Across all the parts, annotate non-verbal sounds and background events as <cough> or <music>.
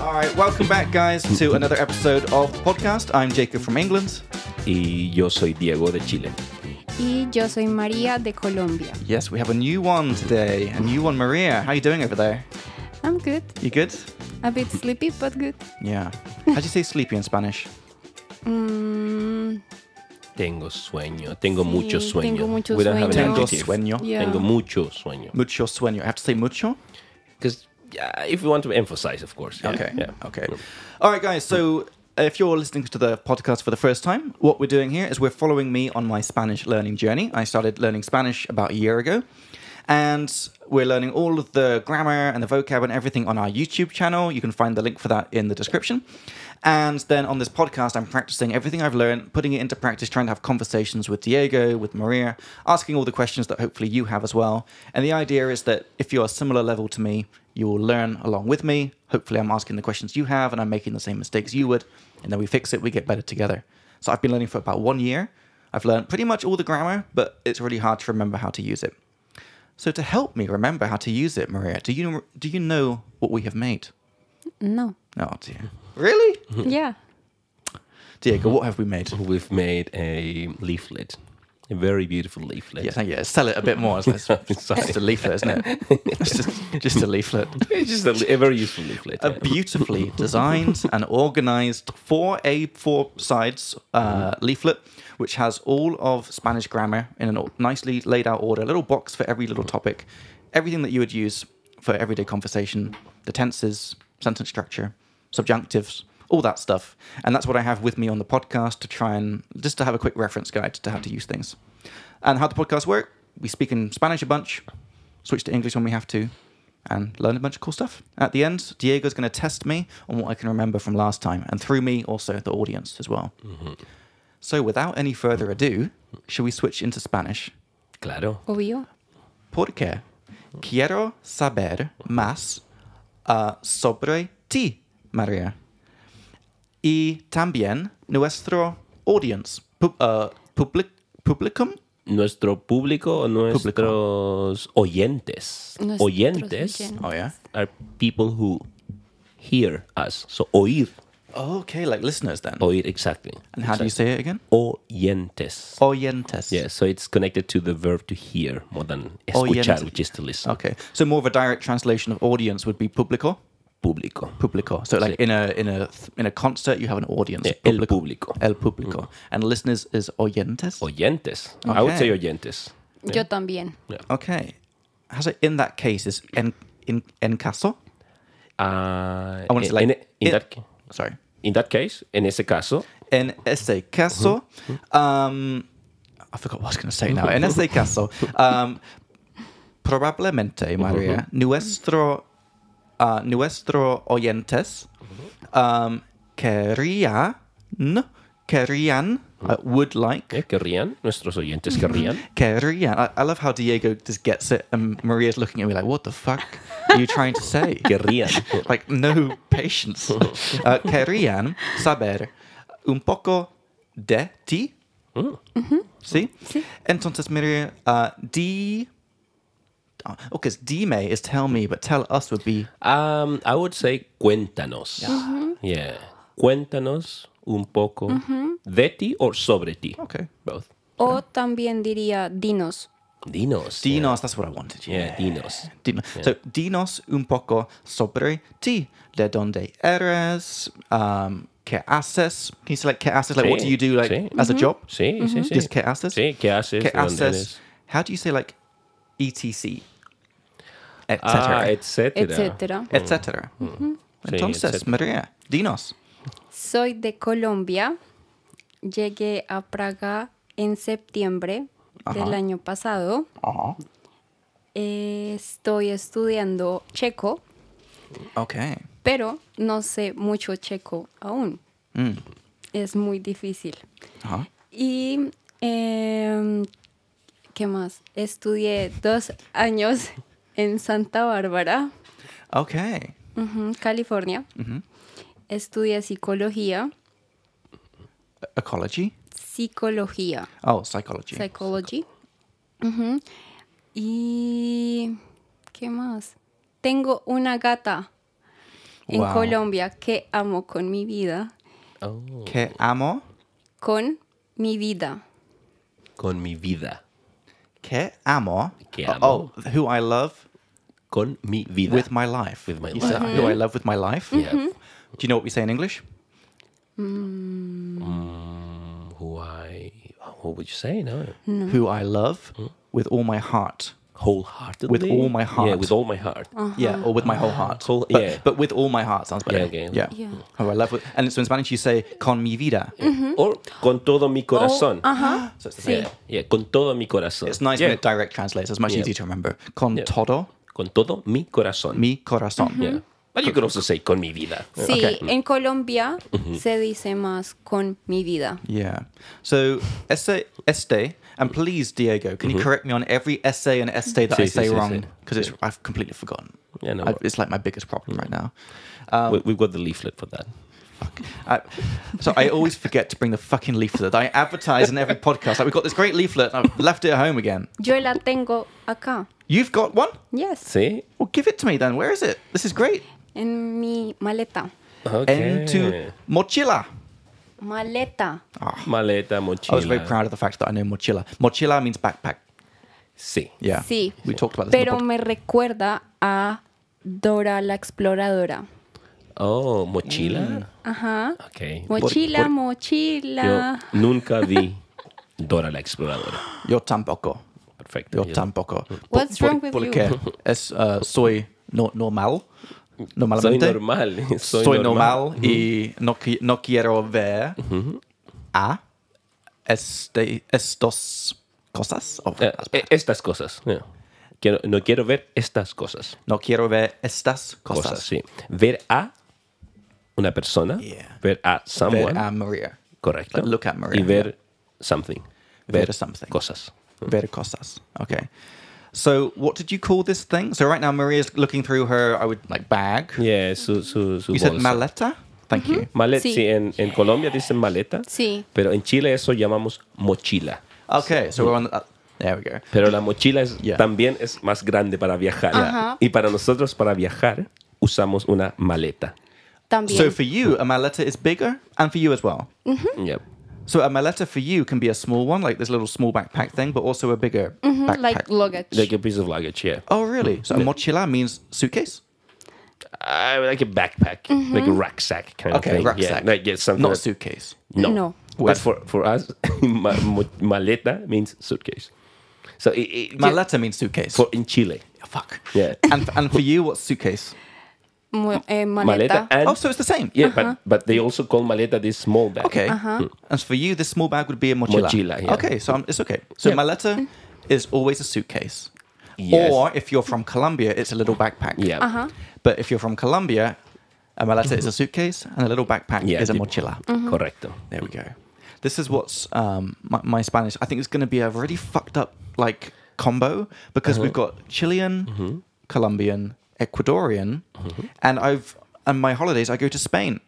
All right, welcome back, guys, to another episode of the podcast. I'm Jacob from England. Y yo soy Diego de Chile. Y yo soy María de Colombia. Yes, we have a new one today. A new one, Maria. How you doing over there? I'm good. You good? A bit sleepy, but good. Yeah. How do you say sleepy in Spanish? Mm, Tengo sueño, tengo Sí, mucho sueño. tengo mucho We don't have an sueño. Tengo adjective. sueño. Mm. Yeah. Tengo mucho sueño. Mucho sueño. I have to say mucho. Because if you want to emphasize, of course. yeah, Okay. yeah. Okay. All right, guys. So if you're listening to the podcast for the first time, what we're doing here is we're following me on my Spanish learning journey. I started learning Spanish about a year ago, and we're learning all of the grammar and the vocab and everything on our YouTube channel. You can find the link for that in the description. And then on this podcast, I'm practicing everything I've learned, putting it into practice, trying to have conversations with Diego, with Maria, asking all the questions that hopefully you have as well. And the idea is that if you're a similar level to me, you will learn along with me. Hopefully, I'm asking the questions you have and I'm making the same mistakes you would. And then we fix it, we get better together. So I've been learning for about one year. I've learned pretty much all the grammar, but it's really hard to remember how to use it. So to help me remember how to use it, Maria, do you do you know what we have made? no. Oh dear. Really? Yeah. Diego, what have we made? We've made a leaflet, a very beautiful leaflet. Yeah, thank you. Sell it a bit more. It's it's Sorry. just a leaflet, isn't it? It's just, just a leaflet. <laughs> It's just a, li- a very useful leaflet. A yeah. beautifully designed and organized four A4 sides uh, leaflet, which has all of Spanish grammar in a nicely laid out order, a little box for every little topic, everything that you would use for everyday conversation, the tenses, sentence structure, subjunctives, all that stuff. And that's what I have with me on the podcast to try and just to have a quick reference guide to how to use things. And how the podcast work, we speak in Spanish a bunch, switch to English when we have to, and learn a bunch of cool stuff. At the end, Diego's going to test me on what I can remember from last time, and through me, also the audience as well. So, without any further ado, shall we switch into Spanish? Claro. Obvio. Porque quiero saber más ah, sobre ti, María. Y también nuestro audience, pu- ah, public, publicum, Nuestro público, o nuestros oyentes. Nuestros oyentes oyentes. Oh yeah. are people who hear us. So oír, Okay, like listeners then. oír, exactly. and how do you say it again? Oyentes. Oyentes. Yeah, so it's connected to the verb to hear more than escuchar, Oyentes. which is to listen. Okay. So more of a direct translation of audience would be público. Público. Público. So like Sí. in a in a th- in a concert, you have an audience. Yeah, Eh, el público. Mm. El público. And listeners is oyentes. Oyentes. I would say Okay. oyentes. Yo también. okay. How so in that case is en in en caso? Uh, I want to in, say Ah, like in, in that, ca- Sorry. in that case, en ese caso, En ese caso, um, I forgot what I was going to say now. En ese caso, um, probablemente, Maria, nuestro, uh, nuestro oyentes um, querían, querían, uh, would like, eh, querrían, nuestros oyentes querrían. querían. I, I love how Diego just gets it and Maria's looking at me like, what the fuck are you trying to <laughs> say? <laughs> Querrían. like no <laughs> <laughs> patience. uh, querían saber un poco de ti. Mm. ¿Sí? Sí. Entonces, mire, uh, di. Oh, okay, it's dime is tell me, but tell us would be. Um, I would say cuéntanos. Yeah. Cuéntanos un poco de ti or sobre ti. Okay. Both. O también diría dinos. Dinos. yeah. Dinos, that's what I wanted. Yeah, dinos. Dino. So, dinos un poco sobre ti. De donde eres? Um, ¿Qué haces? Can you say, like, ¿qué haces? Like, what Sí, do you do, like, sí. as a job? Sí, sí, sí. Just ¿qué haces? Sí, ¿qué haces? ¿Qué ¿De dónde haces? eres? How do you say, like, E etc? Ah, Hmm. Etc. etcétera. Etcétera. Etc. Mm-hmm. Entonces, etcétera. María, dinos. Soy de Colombia. Llegué a Praga en septiembre del Ajá. año pasado. Ajá. Eh, Estoy estudiando checo, Okay. pero no sé mucho checo aún. Mm. Es muy difícil. Ajá. Y, em, ¿qué más? Estudié dos años en Santa Bárbara, Okay. ujú, California. Estudié psicología, Ecology? psicología, Oh, psychology. psychology. Ujú. Y, ¿qué más? Tengo una gata en Wow. Colombia que amo con mi vida. Oh, Que amo. Con mi vida. con mi vida. Que amo. Que Oh, oh, who I love Con mi vida. with my life. With my You said life, Mm-hmm. Who I love with my life. Yeah. Do you know what we say in English? Who I, Oh, what would you say? No. Who I love Hmm? with all my heart. Wholeheartedly. With all my Yeah, heart. with all my heart. Ah. Yeah, or with my whole heart. Whole- but, yeah. but with all my heart sounds better. Yeah, okay. yeah. Yeah. Who I love with, and so in Spanish you say con mi vida. Uh-huh. Or con todo Oh, mi corazón. Ajá. So it's the same. yeah, yeah, con todo mi corazón. It's nice Yeah. when it direct translates. It's much Yeah. easier to remember. Con Yeah. todo Con todo mi corazón. mi corazón. Yeah. But you could also say con mi vida. Sí, en Colombia se dice más con mi vida. Yeah. So este, este, and please, Diego, can you correct me on every essay and este that Mm-hmm. Sí, I sí, say sí, wrong? sí. Because it's I've completely forgotten. Yeah, no I- worries. Mm. it's like my biggest problem right now. Um, we, we've got the leaflet for that. I, so I always forget to bring the fucking leaflet that I advertise <laughs> in every podcast. Like we've got this great leaflet, and I've left it at home again. Yo la tengo acá. You've got one? Yes. See? Well, give it to me then. Where is it? This is great. En mi maleta. Okay. And to mochila. Maleta. Maleta, mochila. I was very proud of the fact that I know mochila. Mochila means backpack. Sí. Yeah. Sí. We talked about this. in the Pero podcast. me recuerda a Dora la exploradora. Oh, Mm. mochila. Ajá. Okay. Mochila, por- Yo mochila. nunca vi Dora la exploradora. Yo tampoco. Perfecto. Yo Yo- tampoco. What's Por- wrong por- with you? porque <laughs> es uh, soy no- normal. Soy Normalmente. normal. <laughs> Soy, Soy normal y no, qui- no quiero ver a este, estos cosas. Oh, Eh, eh, estas cosas. yeah. Quiero- no quiero ver estas cosas. no quiero ver estas cosas. Cosas, sí. Ver a una persona. Yeah. Ver a someone. Ver a Maria. Correcto. Like, look at Maria, Y ver something. Ver something. Cosas. Ver cosas. Okay. So what did you call this thing? So right now Maria's looking through her, I would like bag. Yeah, Mm-hmm. su, su, su You said bolsa. maleta? Thank you. Maleta, Sí. sí, en, en Colombia dicen maleta. Sí. Pero en Chile eso llamamos mochila. Okay, so we're on. uh, there we go. Pero la mochila es- Yeah. también es más grande para viajar. Ajá. Y para nosotros, para viajar, usamos una maleta. También. So for you, a maleta is bigger, and for you as well. Mm-hmm. Yeah. So a maleta for you can be a small one, like this little small backpack thing, but also a bigger backpack. Mm, like luggage. Mm-hmm, Like a piece of luggage, yeah. oh, really? So a mochila means suitcase. Uh, like a backpack, like a rucksack kind Mm-hmm. Okay, of thing. rucksack. Yeah, like, yeah, something Not like- suitcase. No. No. Well- But for, for us, <laughs> ma- mo- maleta means suitcase. So it, it, Maleta means suitcase. for in Chile. Fuck. Yeah. <laughs> And and for you, what's suitcase? Mo- eh, Maleta maleta. and Oh, so it's the same. yeah, but but they also call maleta this small bag. Okay. And for you, this small bag would be a mochila. Hmm. Mochila, yeah. Okay, so um, it's okay. So Yeah. maleta is always a suitcase. Yes. Or if you're from Colombia, it's a little backpack. Yeah. Uh-huh. But if you're from Colombia, a maleta is a suitcase and a little backpack Mm-hmm. Yeah, Mm-hmm. is a the- mochila. Correcto. There we go. This is what's um, my, my Spanish. I think it's going to be a really fucked up like combo because we've Uh-huh. got Chilean, Mm-hmm. Colombian, Ecuadorian, and I've and my holidays I go to Spain.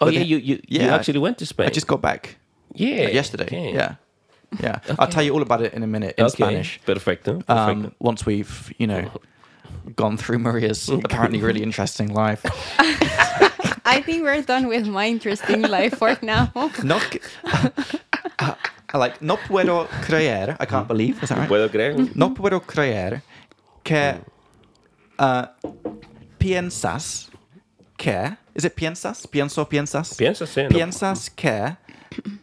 Oh But yeah, they- you you, you yeah, I- actually went to Spain. I just got back yeah like, yesterday. okay. Yeah, <laughs> yeah. I'll tell you all about it in a minute in okay. Spanish. Perfecto. perfecto. Um, once we've you know gone through <laughs> Maria's apparently really interesting life. I think we're done with my interesting life for <laughs> now. <laughs> No, c- I like no puedo creer. I can't believe. Is that right? Mm-hmm. Puedo creer. No puedo creer que Hmm. uh, piensas que. Is it piensas? Pienso, piensas. Pienso, sí, no. Piensas que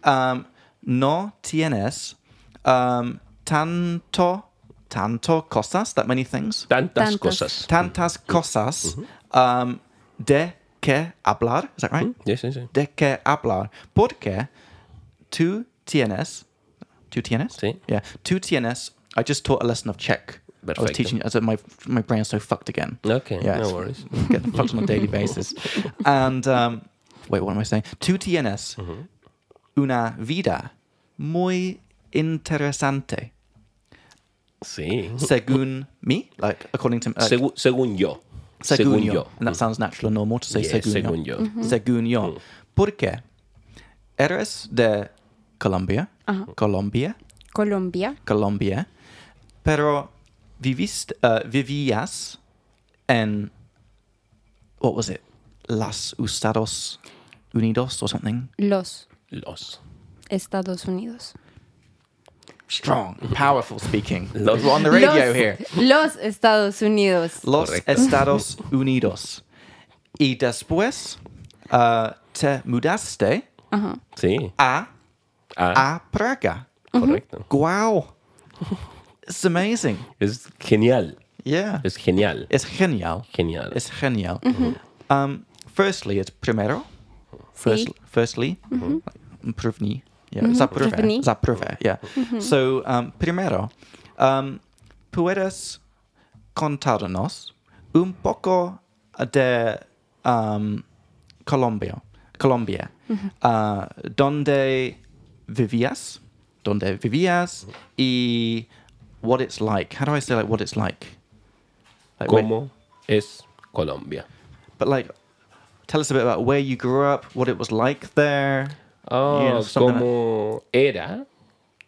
um, no tienes um, tanto, tanto cosas, that many things. Tantas Tantas. cosas. Tantas Mm-hmm. cosas um, de que hablar. Is that right? Sí, sí, sí. de que hablar porque tú tienes tú tienes Sí. yeah tú tienes I just taught a lesson of Czech I was Perfecto. teaching as my my brain's so fucked again Okay, no it's worries. <laughs> getting fucked on a daily basis and um, wait what am I saying tú tienes Mm-hmm. una vida muy interesante Sí. según me like according to like, Segu- según yo. Mm-hmm. Según yo. And that sounds natural and normal to say Yeah, según, según yo. Mm-hmm. yo. Mm. Según yo. ¿Por qué? Eres de Colombia. Colombia. Colombia. Colombia. Pero viviste, uh, vivías en... What was it? las Estados Unidos or something. Los Los. Estados Unidos. Strong, powerful speaking. Los- We're on the radio los, here. Los Estados Unidos. Los Correcto. Estados Unidos. Y después uh, te mudaste Sí. a, Ah, a Praga. correcto. Wow. It's amazing. Es genial. Yeah. Es genial. It's genial. Genial. It's genial. Um, firstly, it's primero. First, Sí. Firstly, like, první. Yeah, za prvé, První. za prvé, yeah. So, um, primero, um, puedes contarnos un poco de um, Colombia, Colombia, uh, donde vivías, donde vivías, y what it's like. How do I say like what it's like? Like, where- ¿Cómo es Colombia? but like, tell us a bit about where you grew up, what it was like there. Ah, Yeah, something like- ¿Cómo era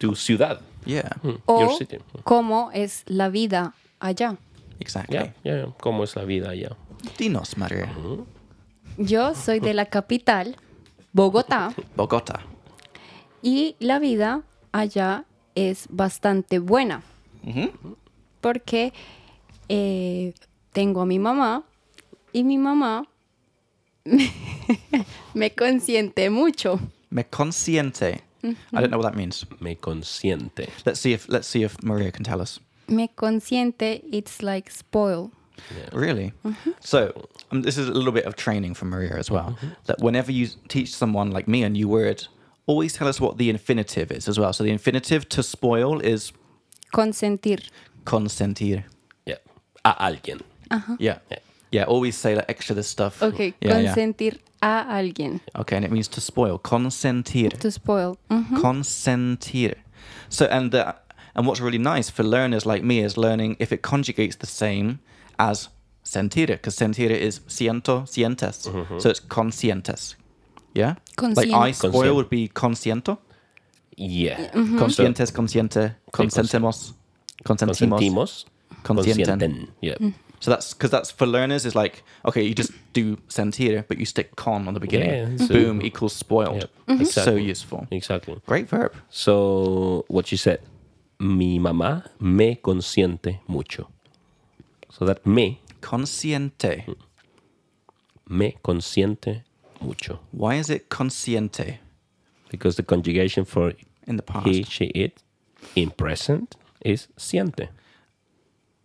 tu ciudad? Yeah, Hmm. O city. cómo es la vida allá. exactly. Ya, ya, ¿Cómo es la vida allá? Dinos, Maria. Yo soy de la capital, Bogotá, Bogota. y la vida allá es bastante buena. Porque eh, tengo a mi mamá y mi mamá <laughs> me consiente mucho. Me consciente. I don't know what that means. Me consiente. Let's see if let's see if Maria can tell us. Me consiente, it's like spoil. Really? So um, this is a little bit of training for Maria as well. That whenever you teach someone like me a new word, always tell us what the infinitive is as well. So the infinitive to spoil is Consentir. consentir. Ya. A alguien. Yeah. Yeah. Yeah. Always say like extra this stuff. <laughs> Ok, Yeah, yeah. consentir a alguien. Okay, and it means to spoil. Consentir. To spoil. Ujú. consentir. So and the, and what's really nice for learners like me is learning if it conjugates the same as sentir, because sentir is siento, sientes. Mm-hmm. So it's conscientes. Yeah? Like I Conscien- spoil Conscien- would be consciento. Yeah. Conscientes, consciente, consentemos, consentimos. Consentimos. Consienten. Consienten. Yeah. So that's because that's for learners is like okay, you just do sentir, but you stick con on the beginning. Yeah, so- Boom equals spoiled. Yep, It's so exactly. useful. Exactly. Great verb. So, what she said, mi mamá me consiente mucho. So that me, Consciente. me consiente mucho. Why is it consciente Because the conjugation for in the past? he, she, it in present is siente.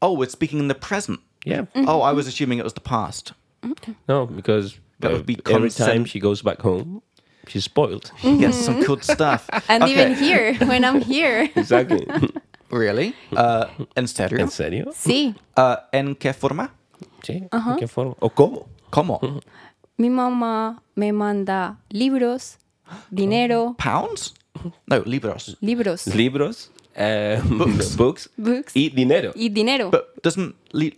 Oh, we're speaking in the present. Yeah. Mm. Mm-hmm. Oh, I was assuming it was the past. No, because That uh, would be every time consent- she goes back home, she's spoiled. Mm. Yes, some good stuff. Mm-hmm. <laughs> And Okay. even here, when I'm here. <laughs> <laughs> exactly. Really? Uh, en serio? ¿En serio? Sí, Uh, en qué forma? Sí. Uh-huh. ¿En qué forma? ¿O cómo? <laughs> ¿Cómo? mi mamá me manda libros, dinero, Pounds? No, libros. libros Libros, <laughs> eh, books. Books. y dinero. y dinero. But doesn't li-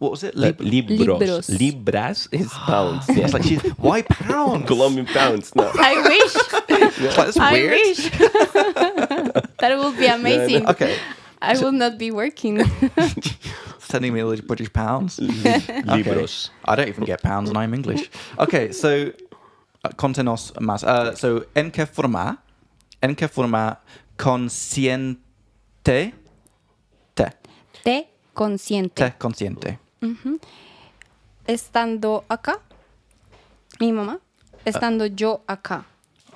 what was it? Li- Lib- libros. Libros. Libras is pounds. yeah. <gasps> it's like she's <laughs> why pounds? Colombian pounds. <laughs> No. I wish, It's like, <laughs> that's I weird. wish. <laughs> That would be amazing. Okay, I will not <laughs> be working. sending me all these British pounds. Okay. Libros. I don't even get pounds, and I'm English. Okay, so uh, contenos más. Uh, so en qué forma, en qué forma consciente, te, Te consiente. te consciente. Estando acá, mi mamá, Ah. estando yo acá.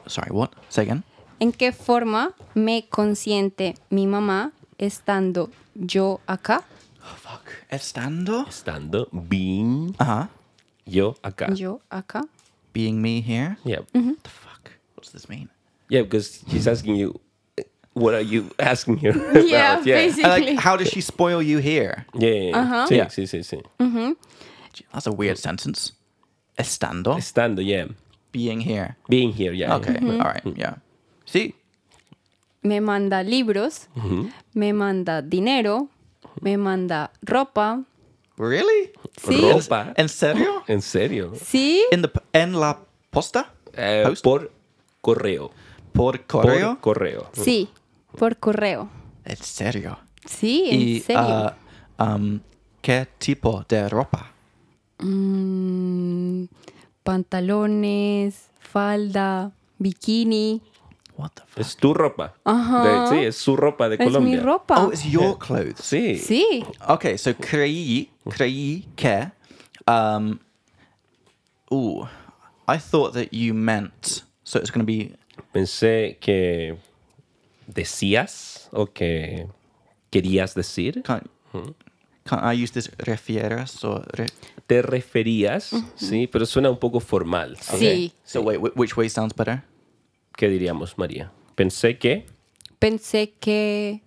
Sorry, what? Say again. ¿En qué forma me consiente mi mamá estando yo acá? Fuck. Estando. Estando being Uh huh. yo acá. Ah. Yo Mm-hmm. acá. Being me here. Yeah. What the fuck? What's this mean? Yeah, because she's asking you, uh, what are you <laughs> asking her about? <laughs> Yeah, And, like, Basically. Uh-huh. how does she spoil you here? Yeah, yeah, yeah. Ajá. Sí, Yeah. sí, sí, sí. Mm. That's a weird sentence. Estando. Estando, yeah. being here. Being here, yeah. Okay. yeah. all right. Yeah. See. me manda libros, me manda dinero, me manda ropa. Really? Sí, Ropa. Pa. En serio? En serio. sí, In the p- en la posta? Eh, Post? por correo. Por correo? Por correo. sí, por correo. en serio. Sí, en y, serio. ah, um, ¿Qué tipo de ropa? Mm, pantalones, falda, bikini. What the fuck? Es tu ropa. Ajá. De- sí, es su ropa de Es Colombia. mi ropa. Oh, it's your clothes. Sí. sí. Okay, so creí, creí que. Um, ooh, I thought that you meant. So it's going to be. Pensé que decías o que querías decir. Can't, can't I use this refieras or. Re, Te referías, sí, pero suena un poco formal. ¿sí? Sí. so wait, wh- which way sounds better? ¿Qué diríamos, María? Pensé que Pensé que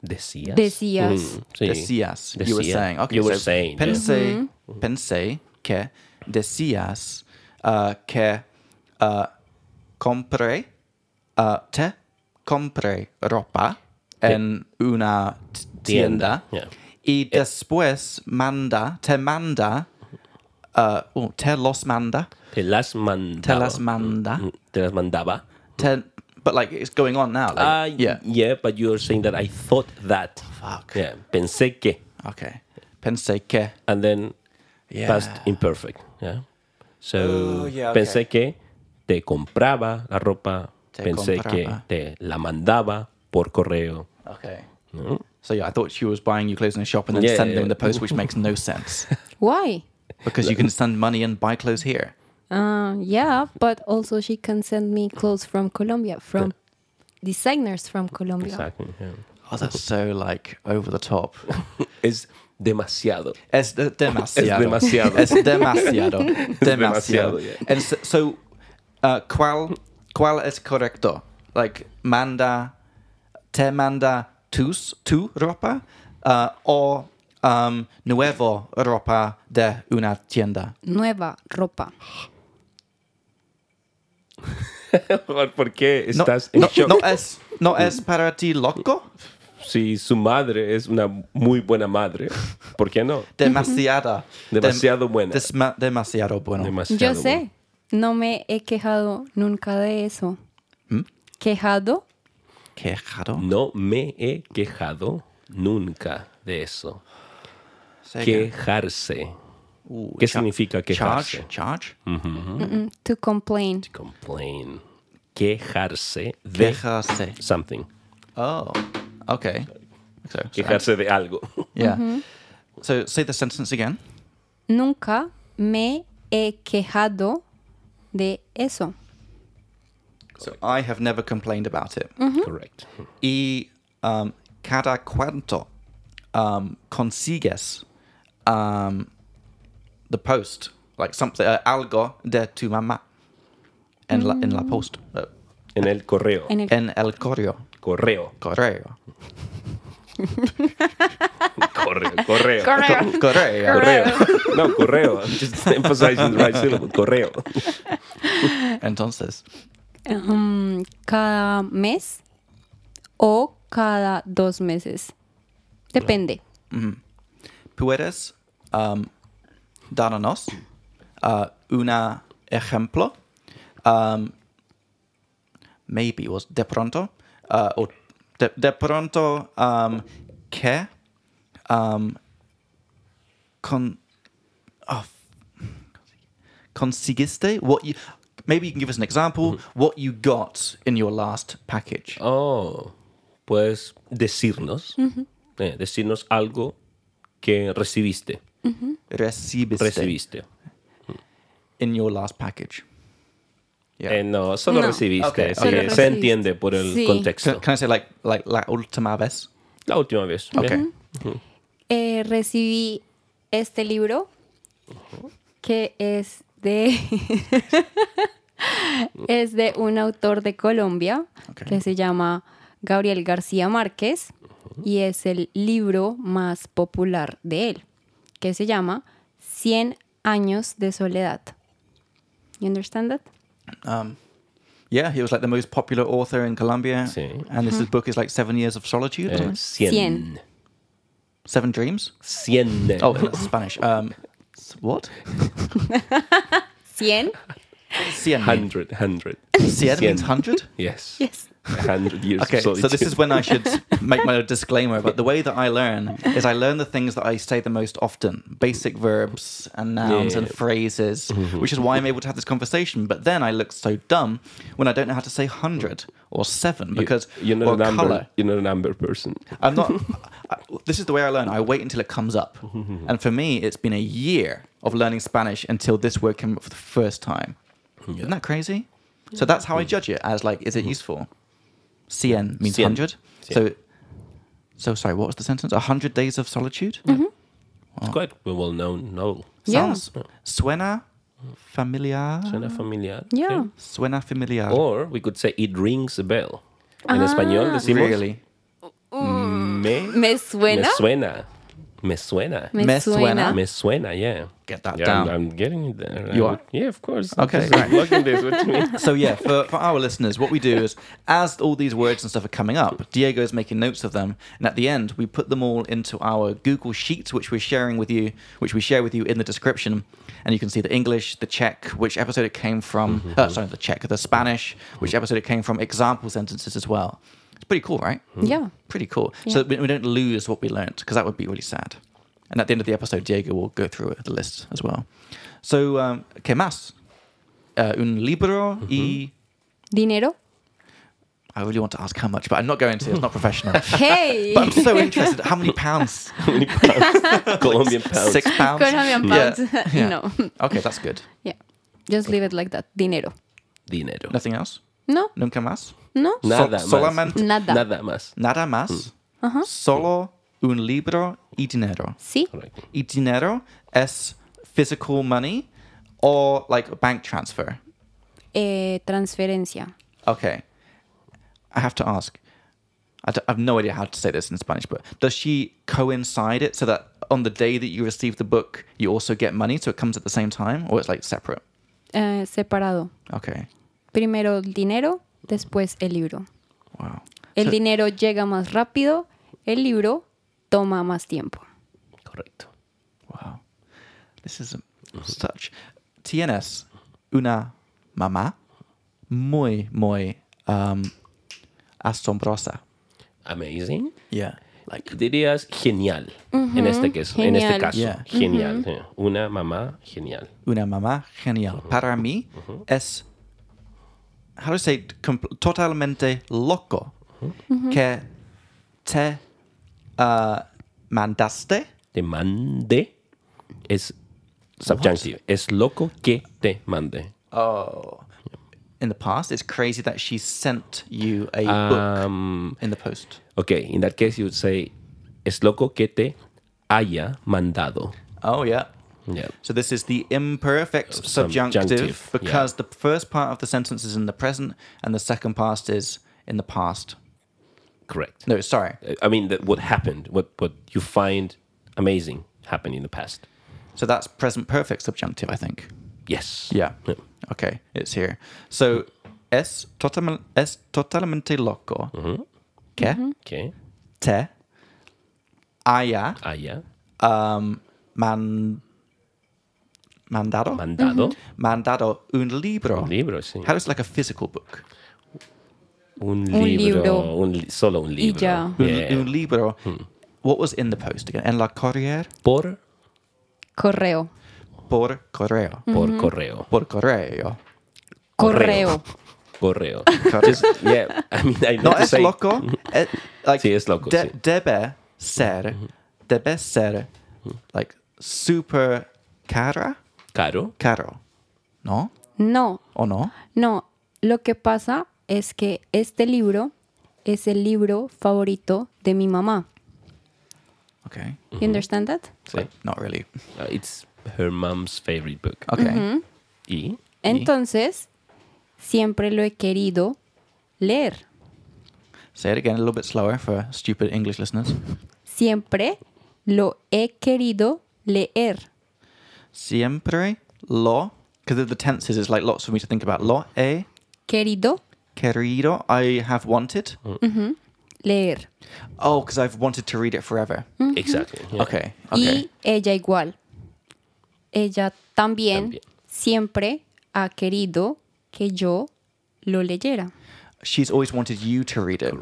decías. Mm, Decías. sí. Decías. You were Decía. saying. Okay, You were so saying, yeah. Pensé, pensé que decías uh, que uh, compré, uh, te compré ropa en una t- tienda Tienda, yeah. y después manda, te manda, uh, oh, te los manda, Te las mandaba. te las manda, Mm, Te las mandaba. te, but like it's going on now. Like, Ah, yeah. yeah. yeah, but you're saying that I thought that. Fuck. Yeah, pensé que. Okay. Pensé que. and then Yeah. past imperfect. Yeah. So Oh, yeah, pensé que te compraba la ropa, Te pensé compraba. que te la mandaba por correo. Okay. So yeah, I thought she was buying you clothes in a shop and then Yeah, sending yeah. them in the post, which makes no <laughs> sense why? because you can send money and buy clothes here. Uh, yeah, but also she can send me clothes from Colombia, from designers from Colombia. Exactly. yeah. Oh, that's so like over the top. Es demasiado. Es de- demasiado. demasiado. Es <laughs> demasiado. demasiado. demasiado, yeah. And so, so uh, cuál cuál es correcto? Like manda te manda tus tu ropa uh, o um, nuevo ropa de una tienda. Nueva ropa. <laughs> ¿Por qué No, <laughs> estás en no, shock? no es no es para ti loco. Si su madre es una muy buena madre, ¿por qué no? demasiada. Demasiado buena. desma- demasiado bueno. Demasiado. bueno. Yo sé, no me he quejado nunca de eso. ¿Quejado? Quejado. No me he quejado nunca de eso. Say again. Quejarse. Ooh, ¿Qué cha- significa quejarse? Charge, charge. Mm, to complain. Complain. Quejarse de Quejarse. something. Oh, okay. So, so- Quejarse de algo. yeah. So say the sentence again. Nunca me he quejado de eso. So I have never complained about it. Correct. Y um, cada cuanto um, consigues um, the post, like something, uh, algo de tu mamá en la, en la post, uh, En el correo. En el en el correo. <laughs> Correo. Correo. Correo. Correo. <laughs> correo. Correo. Correo. No, correo. I'm Just <laughs> emphasizing the right syllable. Correo. Entonces, Mm, cada mes o cada dos meses. Depende. ¿puedes um, darnos uh, una ejemplo? Um, maybe was de pronto uh, o de, de pronto um, que um, con oh, consiguiste what you maybe you can give us an example what you got in your last package Mm-hmm. Oh. Puedes decirnos. eh, decirnos algo que recibiste. recibiste, Recibiste. in your last package Yeah. Eh, no, solo No. recibiste. Ok, sí, solo Se recibiste. entiende por el Sí. Can, contexto. can I say like like la última vez? La última vez. Okay. bien. Eh, recibí este libro que es de <laughs> es de un autor de Colombia Ok. que se llama Gabriel García Márquez y es el libro más popular de él que se llama 100 años de soledad. You understand that? Um, yeah, he was like the most popular author in Colombia, Sí. and this his book is like Seven Years of Solitude, Eh, isn't it? cien. Cien. Seven Dreams. Cien. Oh, <laughs> that's Spanish. Um, s- what? 100. Cien. Hundred. Hundred. Cien means Cien. hundred. Yes. Yes. 100 years Okay, of so solitude. this is when I should <laughs> make my disclaimer. But the way that I learn is I learn the things that I say the most often basic verbs and nouns and Yeah. Mm-hmm. phrases, which is why I'm able to have this conversation. But then I look so dumb when I don't know how to say 100 or 7 because you, are not or a number, color. you're not a number person. I'm <laughs> not. I, this is the way I learn. I wait until it comes up. Mm-hmm. And for me, it's been a year of learning Spanish until this word came up for the first time. Isn't that crazy? So that's how I judge it as like, is it useful? Cien means Hmm. Mm-hmm. Cien. hundred. So, so sorry. What was the sentence? A hundred days of solitude. It's quite a well-known novel. Yeah. Sounds suena Mm. familiar. Suena familiar. Ah. Yeah. Suena familiar. Or we could say it rings a bell. Ah. En español decimos really? me, ¿Me suena? me suena. Me suena. Me, Me suena. suena. Me suena, yeah. Get that yeah, down. I'm, I'm getting it there. You I'm- are? Yeah, of course. Okay, I'm right. just looking this. What <laughs> do you mean? So yeah, for, for our listeners, what we do is as all these words and stuff are coming up, Diego is making notes of them, and at the end we put them all into our Google Sheet, which we're sharing with you, which we share with you in the description, and you can see the English, the Czech, which episode it came from. Uh, sorry, the Czech, the Spanish, which episode it came from. Example sentences as well. It's pretty cool, right? Yeah. Pretty cool. So that we, we don't lose what we learnt because that would be really sad. And at the end of the episode, Diego will go through the list as well. So, um, ¿qué más? Uh, un libro Mm-hmm. y ¿Dinero? I really want to ask how much, but I'm not going to. It's not <laughs> professional. ¡Hey! but I'm so interested. How many pounds? How many pounds? Colombian pounds. Six pounds. Colombian Yeah. pounds. <laughs> Yeah. no. Okay, that's good. Yeah. Just leave it like that. Dinero. Dinero. Nothing else. No, Nunca más. no. Nada Sol- más. solamente Nada. Nada más. nada Mm. más. Uh-huh. Solo un libro y dinero. Sí. Correct. Y dinero es physical money or like a bank transfer. Eh, transferencia. Okay. I have to ask. I, d- I have no idea how to say this in Spanish, but does she coincide it so that on the day that you receive the book, you also get money, so it comes at the same time, or it's like separate? Eh, separado. Okay. Primero el dinero, después el libro. Wow. El So- dinero llega más rápido, el libro toma más tiempo. Correcto. wow. This is a, such. TNS, una mamá muy, muy um, asombrosa. Amazing. Yeah. Like, Dirías genial en este caso. En este genial. caso. Yeah. Genial. yeah. Una mamá genial. una mamá genial. Para mí es, how do I say, it? Com- totalmente loco que te ah, mandaste. Te mande es subjunctive. Es loco que te mande. Oh. In the past, it's crazy that she sent you a Um, book in the post. okay, in that case you would say es loco que te haya mandado. Oh, yeah. Yeah. So this is the imperfect subjunctive, subjunctive, yeah. because the first part of the sentence is in the present and the second part is in the past. Correct. No, sorry. I mean that what happened, what what you find amazing happened in the past. So that's present perfect subjunctive, I think. Yes. Yeah. Okay, it's here. So es, total, es totalmente loco Mm-hmm. que Okay. te haya Haya um, man, mandado, mandado mandado un libro. un libro, sí. How is like a physical book? Un libro. Un libro. un li- solo un libro. ya. Un, Yeah. Hmm. un libro. What was in the post again? En la corrier? Por, Correo. Por correo. por correo. Por <laughs> correo. Correo. Correo. Correo. Just, yeah, I mean, I <laughs> No need to es say, loco. eh, like, Sí, es loco, de- sí. Debe ser, debe ser, like, super cara, Caro. caro. ¿No? No, ¿O no? no. Lo que pasa es que este libro es el libro favorito de mi mamá. Okay. You understand that? Sí. Not really. Uh, it's her mom's favorite book. Okay. Y Entonces, siempre lo he querido leer. Say it again a little bit slower for stupid English listeners. Siempre lo he querido leer. Siempre lo, because of the tenses, it's like lots for me to think about. Lo he Querido querido, I have wanted. leer. Oh, because I've wanted to read it forever. exactly. yeah. Okay. Okay. Y ella igual. Ella también, También. siempre ha querido que yo lo leyera. she's always wanted you to read it.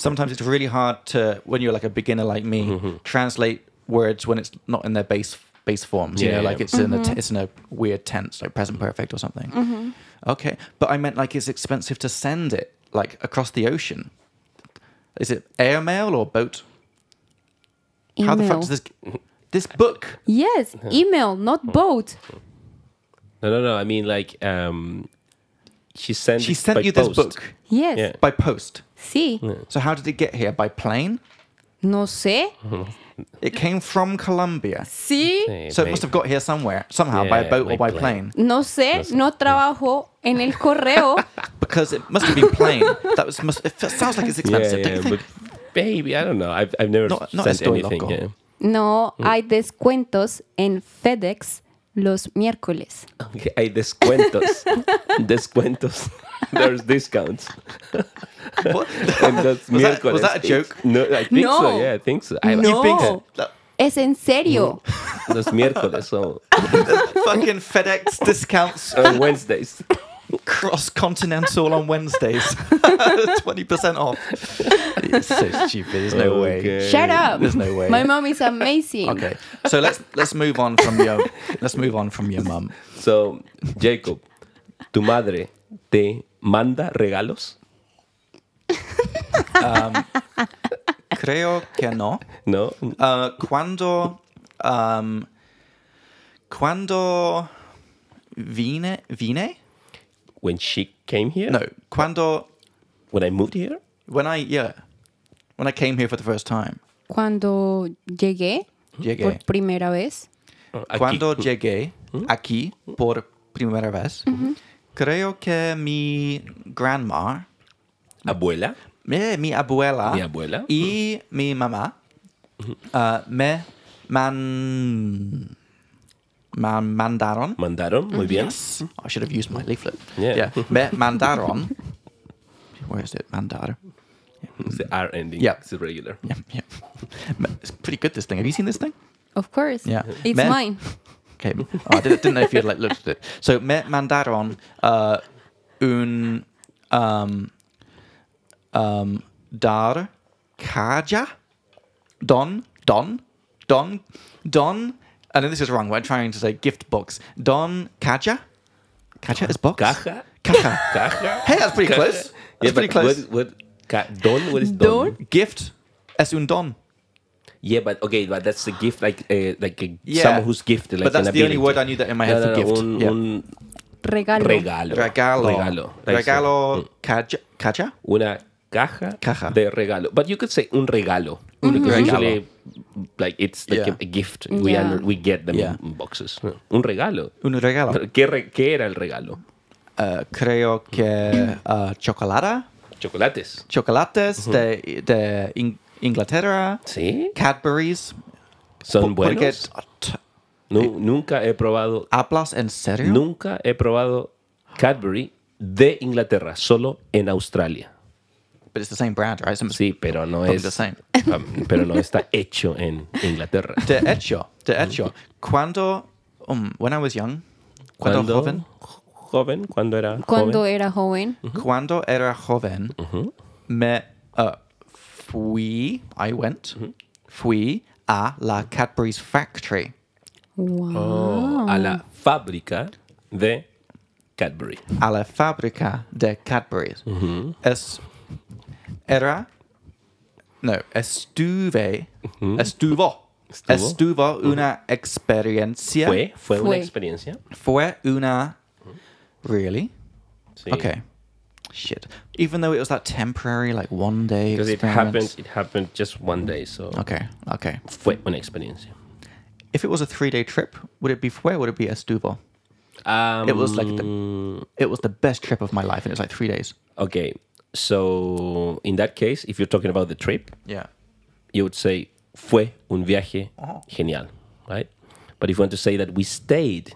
Sometimes it's really hard to when you're like a beginner like me Mm-hmm. translate words when it's not in their base base forms. you Yeah, know, yeah. like it's in a te- it's in a weird tense like present perfect or something. Okay, but I meant like it's expensive to send it like across the ocean. Is it airmail or boat? How the fuck does this this book? Yes, email, not boat. No, no, no. I mean, like, um, she sent. She it sent by you this post. book Yes, Yeah. by post. sí. So how did it get here? By plane? No sé. It came from Colombia. Sí. Sí, So it may- must have got here somewhere, somehow, by Yeah, boat or by by plane. plane. No sé, No sé. no trabajo en el correo. Because it must have been plane. that was must, it sounds like it's Yeah, expensive, don't yeah, you think? but baby, I don't know. I've, I've never Not- not sent estoy anything. loco. Yeah. No hay descuentos en FedEx los miércoles. Okay, hay <laughs> descuentos. descuentos. <laughs> There's discounts. What? And that's Was that- miércoles. was that a joke? It's- No, I think No. so. Yeah, I think so. I, No. Big s- that Es en serio. Los miércoles. So fucking FedEx discounts on Wednesdays. cross continental on Wednesdays. <laughs> Twenty percent off. It's so stupid. There's no way. Okay. Shut up. There's no way. My mom is amazing. Okay. So let's let's move on from your let's move on from your mum. So, Jacob, tu madre te manda regalos? Creo que no. No. Uh, cuando um, cuando vine vine When she came here? no cuando When I moved here? when I yeah when I came here for the first time Cuando llegué Hmm? llegué por primera vez, Aquí. cuando llegué Hmm? aquí por primera vez creo que mi grandma Abuela. eh, mi abuela Mi abuela. Hmm. y mi mamá uh, me man, man mandaron Mandaron. Muy bien. Yes. I should have used my leaflet. <laughs> Yeah. Me- Mandaron. Where is it? Mandar. Mm-hmm. It's the R ending. Yeah. It's irregular. Yeah, yeah. Me- It's pretty good, this thing. Have you seen this thing? of course. Yeah. It's Me- mine. Okay. Oh, I didn't, didn't know if you'd like looked at it. So, me mandaron uh, un um, um, dar caja. Don. Don. Don. Don. I know this is wrong. We're trying to say gift box. Don caja. Caja is box. Caja. Caja. Caja. Hey, that's pretty Caja. close. That's Yeah, pretty but close. What, what, ca- don? What is don? gift es un don. Yeah, but okay, but that's the gift, like uh, like a, Yeah. someone who's gifted. Like but that's an the only ability. word I knew that in my head no, no, for gift. Un, Yeah. un Regalo. regalo. regalo. Regalo. Mm. Like so. Regalo. Caja. caja? una caja, Caja. de regalo. But you could say un regalo. Because Regalo. usually, like, it's like Yeah. a, a gift. We, Yeah. under- we get them Yeah. in boxes. Un regalo. Un regalo. Pero, ¿Qué, re- qué era el regalo? Uh, creo que uh, chocolate. Chocolates. Chocolates de, de In- Inglaterra. ¿Sí? Cadbury's. ¿Son Porque- buenos? t- Nu- nunca he probado... ¿Hablas en serio? Nunca he probado Cadbury de Inglaterra, solo en Australia. But it's the same brand, right? Some- Sí, pero no Probably es... the same. um, pero no <laughs> está hecho en Inglaterra. De hecho, de hecho, cuando, um, when I was young, cuando, joven, Joven, cuando era Cuando joven. era joven, Mm. Mm-hmm. Cuando era joven, me uh, fui, I went, fui a la Cadbury's factory. Oh, a la fábrica de Cadbury. a la fábrica de Cadbury's. Mhm. Es era no estuve estuvo Mhm. Estuvo. estuvo una experiencia Fue, Ah, fue, Fue. una experiencia. fue una really Sí. okay shit even though it was that temporary like one day Because it experiment. happened, it happened just one day, so okay okay fue una experiencia. if it was a three day trip would it be fue would it be estuvo Um, it was like the it was the best trip of my life and it was like three days okay. So in that case, if you're talking about the trip, yeah you would say fue un viaje genial, right? But if you want to say that we stayed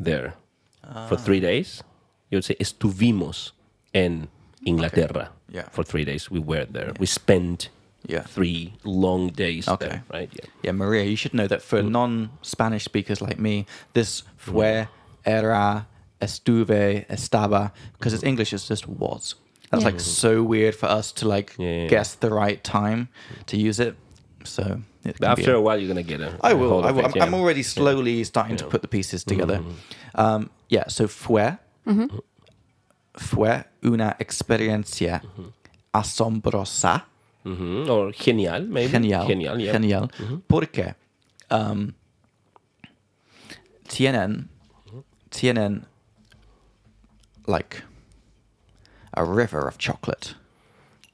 there Ah. for three days, you would say estuvimos en Inglaterra Yeah. for three days. We were there. We spent Yeah. three long days Okay. there, right? Yeah. Yeah, Maria, you should know that for non Spanish speakers like me, this fue, era, estuve, estaba, because it's English, it's just was. That's like so weird for us to like Yeah, yeah, yeah. guess the right time to use it. So it But can be after a- a while, you're gonna get a. I a will. hold I of will. it, I'm, yeah. Mm-hmm. I'm already slowly starting to put the pieces together. Um, yeah. So fue, fue una experiencia Mm-hmm. asombrosa, Mhm, Or genial, maybe. genial, Genial. Yeah. genial, porque um, tienen tienen like a river of chocolate.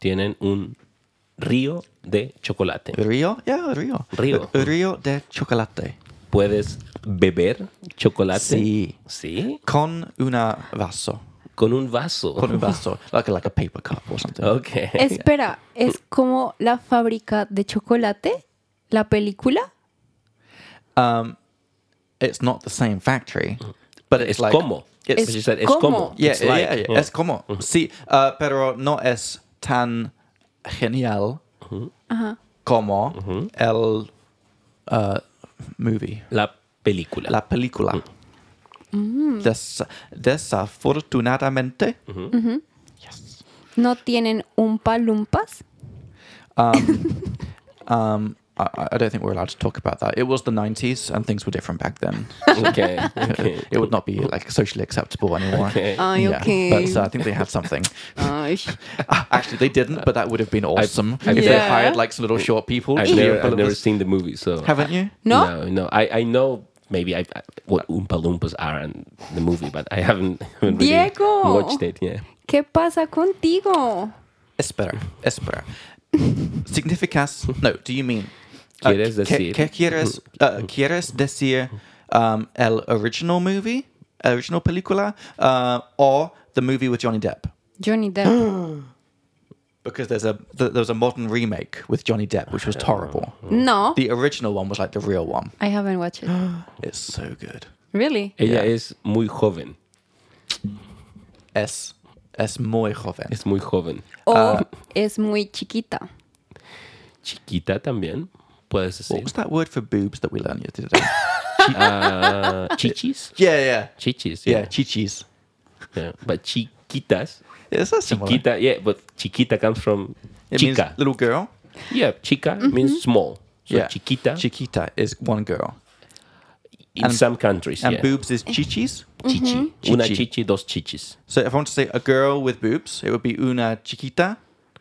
Tienen un río de chocolate. Río, yeah, río, Río. río de chocolate Puedes beber chocolate. Sí. Sí. con una vaso. Con un vaso. Con un vaso, like a, like a paper cup or something. <laughs> Ok. Espera, ¿es como la fábrica de chocolate? ¿La película? um, it's not the same factory, but it's es like como. It's, She Es said, es como. como. yeah, It's yeah, like, yeah, yeah, oh. es como. Sí, uh, pero no es tan genial Ajá. como el uh, movie, La película. la película. Uh-huh. Mm-hmm. Des- desafortunadamente, ¿No tienen un palumpas? um, I, I- I don't think we're allowed to talk about that. It was the 90s and things were different back <laughs> then. Okay, okay. <laughs> it would not be like socially acceptable anymore. Okay. Ay, okay. But uh, I think they had <laughs> something. Ay. Actually, they didn't, but that would have been awesome I've if they Yeah. hired like some little short people. I've to do never, Oompa I've never Loompas. seen the movie, so. Haven't you? ¿No? No, no. I, I know maybe I, I- what Oompa Loompas are and the movie, but I haven't, <laughs> haven't really Diego! watched it. Yeah. ¿Qué pasa contigo? Espera, espera. Significas? No. Do you mean? uh, ¿Quieres que- decir? que quieres? uh, ¿Quieres decir um, el original movie, original película, uh, or the movie with Johnny Depp? <gasps> Johnny Depp. Because there's a th- there was a modern remake with Johnny Depp, which was horrible. Oh. No. The original one was like the real one. I haven't watched it. It's so good. Really? Ella Yeah. es muy joven. Es es muy joven. Es muy joven. O Ah. es muy chiquita. Chiquita también, puedes What decir. was that word for boobs that we learned yesterday? <laughs> today? Ah, chichis. yeah, yeah, Chichis. yeah. Yeah. Chichis. yeah. But chiquitas. It's that similar. Chiquita, yeah, but chiquita comes from It means chica. little girl. Yeah, chica means small. So yeah. chiquita Chiquita is one girl. in and- some countries. And yeah. boobs is chichis. Chichi. Una Chichi. chichi, dos chichis. So if I want to say a girl with boobs, it would be una chiquita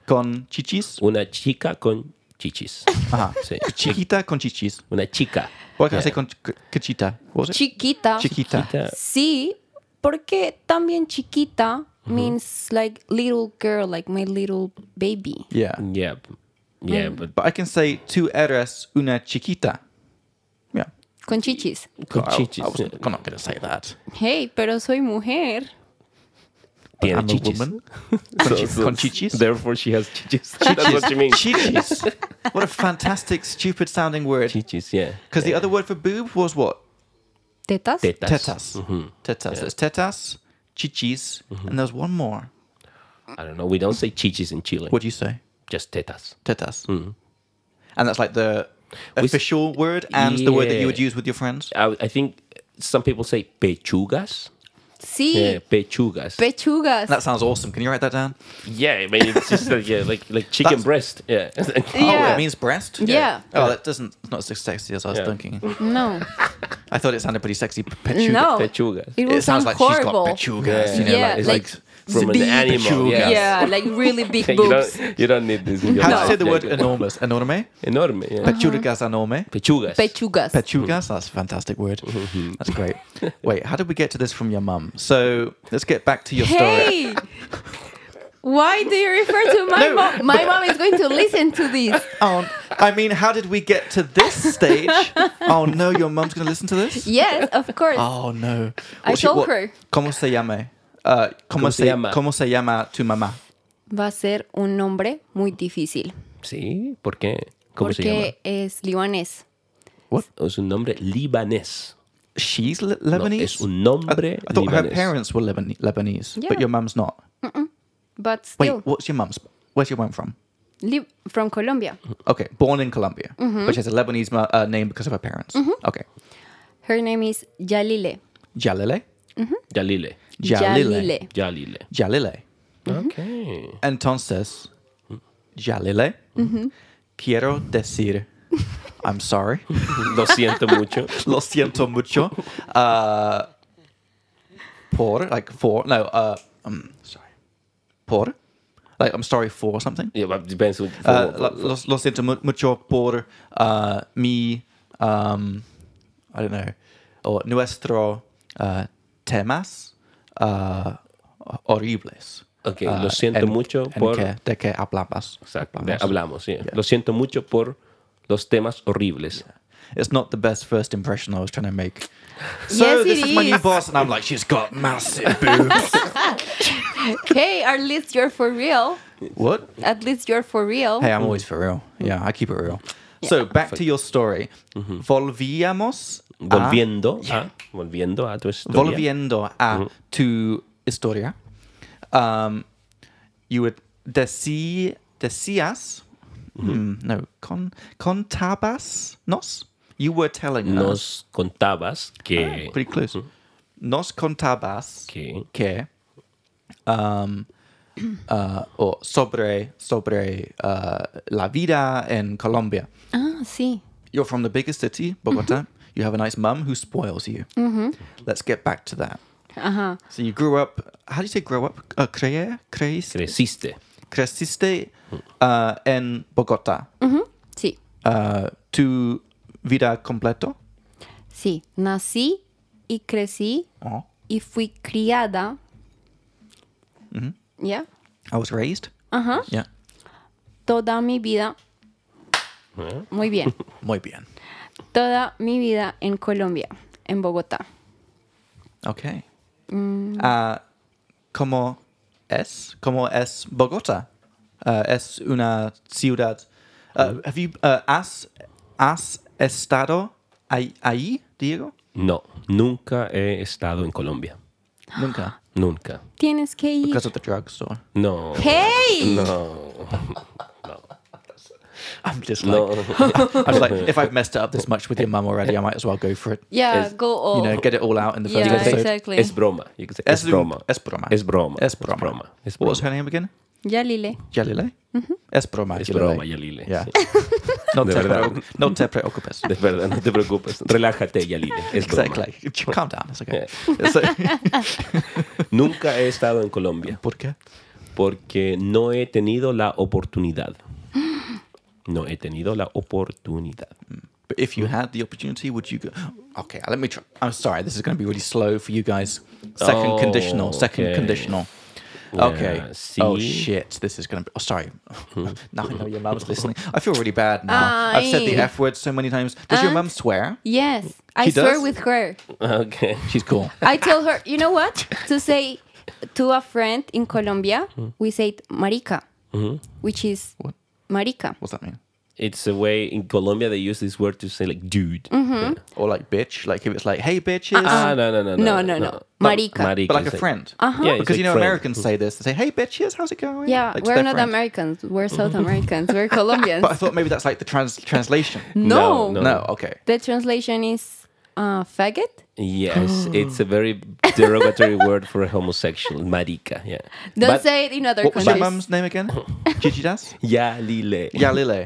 con chichis. Una chica con chichis. Ajá. <laughs> Sí. <laughs> Chiquita con chichis. Una chica. Why can't I Yeah. say con c- cachita? What was it? Chiquita. Chiquita. Chiquita. Sí, porque también chiquita means like little girl, like my little baby. Yeah. Yeah. Yeah, but But I can say tu eres una chiquita. Yeah. Con chichis. con I, chichis. I wasn't, I'm not going to say that. Hey, pero soy mujer. Tiene I'm chichis. <laughs> a woman. Con, chi- con chichis. Therefore she has chichis. That's what you mean. Chichis. what a fantastic, stupid sounding word. Chichis, yeah. Because the other word for boob was what? Tetas. Tetas. Tetas. Mm-hmm. Tetas. It's tetas, chichis, and there's one more. I don't know. We don't say chichis in Chile. What do you say? Just tetas. Tetas. And that's like the Mm-hmm. s- official word and the word that you would Yeah. use with your friends. I, I think some people say pechugas. Sí, Yeah, pechugas. pechugas. That sounds awesome. Can you write that down? yeah, I mean it's just like yeah, like like chicken That's- breast. Yeah. <laughs> Oh, Yeah. it means breast? Yeah. Oh, that doesn't, it's not so sexy as I was Yeah. thinking. No, I thought it sounded pretty sexy. p- Pechuga. no. Pechugas. It, will It sounds sound like horrible. she's got pechugas. you know, Yeah, it's like from an big animal. pechugas. Yeah. Yeah, <laughs> like really <laughs> big you boobs. don't you don't need this. In your How do life. you say the Yeah, word yeah. enormous? Enorme? Uh-huh. Enorme. Yeah. Pechugas enorme? Pechugas. Pechugas. Mm-hmm. Pechugas, that's a fantastic word. That's great. Wait, how did we get to this from your mum? So let's get back to your story. hey, why do you refer to my mom? My mom is going to listen to <laughs> this. Oh, I mean, how did we get to this <laughs> stage? oh no, your mum's going to listen to this? Yes, of course. Oh no. I she- told her. ¿Cómo se llama? Uh, ¿cómo, se se, llama? ¿Cómo se llama tu mamá? Va a ser un nombre muy difícil Sí, ¿por qué? ¿Cómo se llama? porque es libanés. Es un nombre libanés. She's Le- No, Lebanese? es un nombre I thought her libanés. parents were Lebanese, Lebanese Yeah. but your mum's not. But Wait, still, what's your mum's? Where's your mum from? li- from Colombia. Mm-hmm. Okay, born in Colombia, Mm-hmm. but she has a Lebanese mu- uh, name because of her parents. Okay, Her name is Yalile. Jalile. Yalile. Jalile. Yalile. Yalile. Jalile. Okay. Entonces, ya le leí. Quiero decir, I'm sorry. <laughs> Lo siento mucho. Lo siento mucho. Uh, por, like, for, no, uh, um, sorry. Por, like, I'm sorry for something. Yeah, but depends on- Uh, for- lo, lo- lo siento mu- mucho por uh, mi, um, I don't know, or nuestro uh, temas uh, horribles. Ok, Uh, lo siento en- mucho en por- que- ¿De qué hablamos? Exacto. de- Hablamos. hablamos, sí. Lo siento mucho por los temas horribles. It's not the best first impression I was trying to make. So Yes, this it is, my new is. boss, and I'm like, she's got massive <laughs> boobs. <laughs> Hey, at least you're for real. what? At least you're for real. Mm. Hey, I'm always for real. Yeah, I keep it real. So back to your story. Volvíamos. a- Mm-hmm. Volviendo a, volviendo a tu historia. volviendo a Mm-hmm. tu historia, um, you would deci- decías, Mm-hmm. mm, no, con, contabas nos? You were telling us. Nos contabas que, Pretty close. Nos contabas que que, um, <clears throat> uh, o sobre, sobre uh, la vida en Colombia. Ah, sí. You're from the biggest city, Bogota. You have a nice mum who spoils you. Let's get back to that. Ajá. So you grew up. How do you say grow up? Uh, cre- creis- creciste. creciste uh, en Bogotá. Sí. Uh, tu vida completo. Sí. Nací y crecí Oh. y fui criada. ¿Ya? I was raised. Ajá. Yeah. Toda mi vida. ¿Eh? Muy bien. Muy bien. Toda mi vida en Colombia, en Bogotá. Okay. Uh, como es? Como es Bogotá? Uh, es una ciudad. Uh, have you uh, has has estado ahí, ahí Diego? No, nunca he estado en Colombia. Nunca. Nunca. Tienes que ir. Because of the drugstore. No. ¡Hey! <laughs> No. I'm just like. No. <laughs> I was like, if I've messed it up this much with your mum already, I might as well go for it. Yeah, Es- go all. You know, get it all out in the first Oh. Yeah, episode. <laughs> exactly. Es broma. You could say, Es Es broma. es broma. Es broma. Es broma. Es What was her broma. name again? Ya, Lile. Yalile? Mm-hmm. Es broma. Es Yalile. broma, Yalile. Yeah. <laughs> sí. No, De te verdad. <laughs> preocu- no te preocupes. De verdad, no te preocupes. Relájate, Yalile. Es broma. Exactly. Calm down. It's okay. So, <laughs> Nunca he estado en Colombia ¿Por qué? porque no he tenido la oportunidad. No he tenido la oportunidad. But if you had the opportunity, would you go? Okay, let me try. I'm sorry, this is going to be really slow for you guys. Second Oh, conditional, second okay. conditional. okay. see? Oh shit, this is going to be. Oh, sorry. <laughs> now I know your mum's listening. I feel really bad now. I've said the Aye. F word so many times. Does your And- mum swear? Yes, I She swear does? with her. <laughs> Okay. She's cool. I tell her, you know what? To say to a friend in Colombia, we say marica, which is Hmm. Mm-hmm. What? marica. What's that mean? It's a way in Colombia they use this word to say like dude. Mm-hmm. Yeah. Or like bitch? Like if it's like, hey, bitches. Uh-uh. Ah, no, no, no, no, No, no, no. Marica. Marica but like is a friend. Yeah, it's Because you like know, friend. Americans say this. They say, hey, bitches, how's it going? Uh-huh. Yeah, Like, to we're their not friends. Americans. We're South Americans. <laughs> We're Colombians. But I thought maybe that's like the trans- translation. no. <laughs> No, No, okay. The translation is uh, faggot. <gasps> Yes, it's a very derogatory <laughs> word for a homosexual. Marica. Yeah. Don't But- say it in other What was your countries. mum's name <laughs> again? Gigi Das? Yalile. Yalile.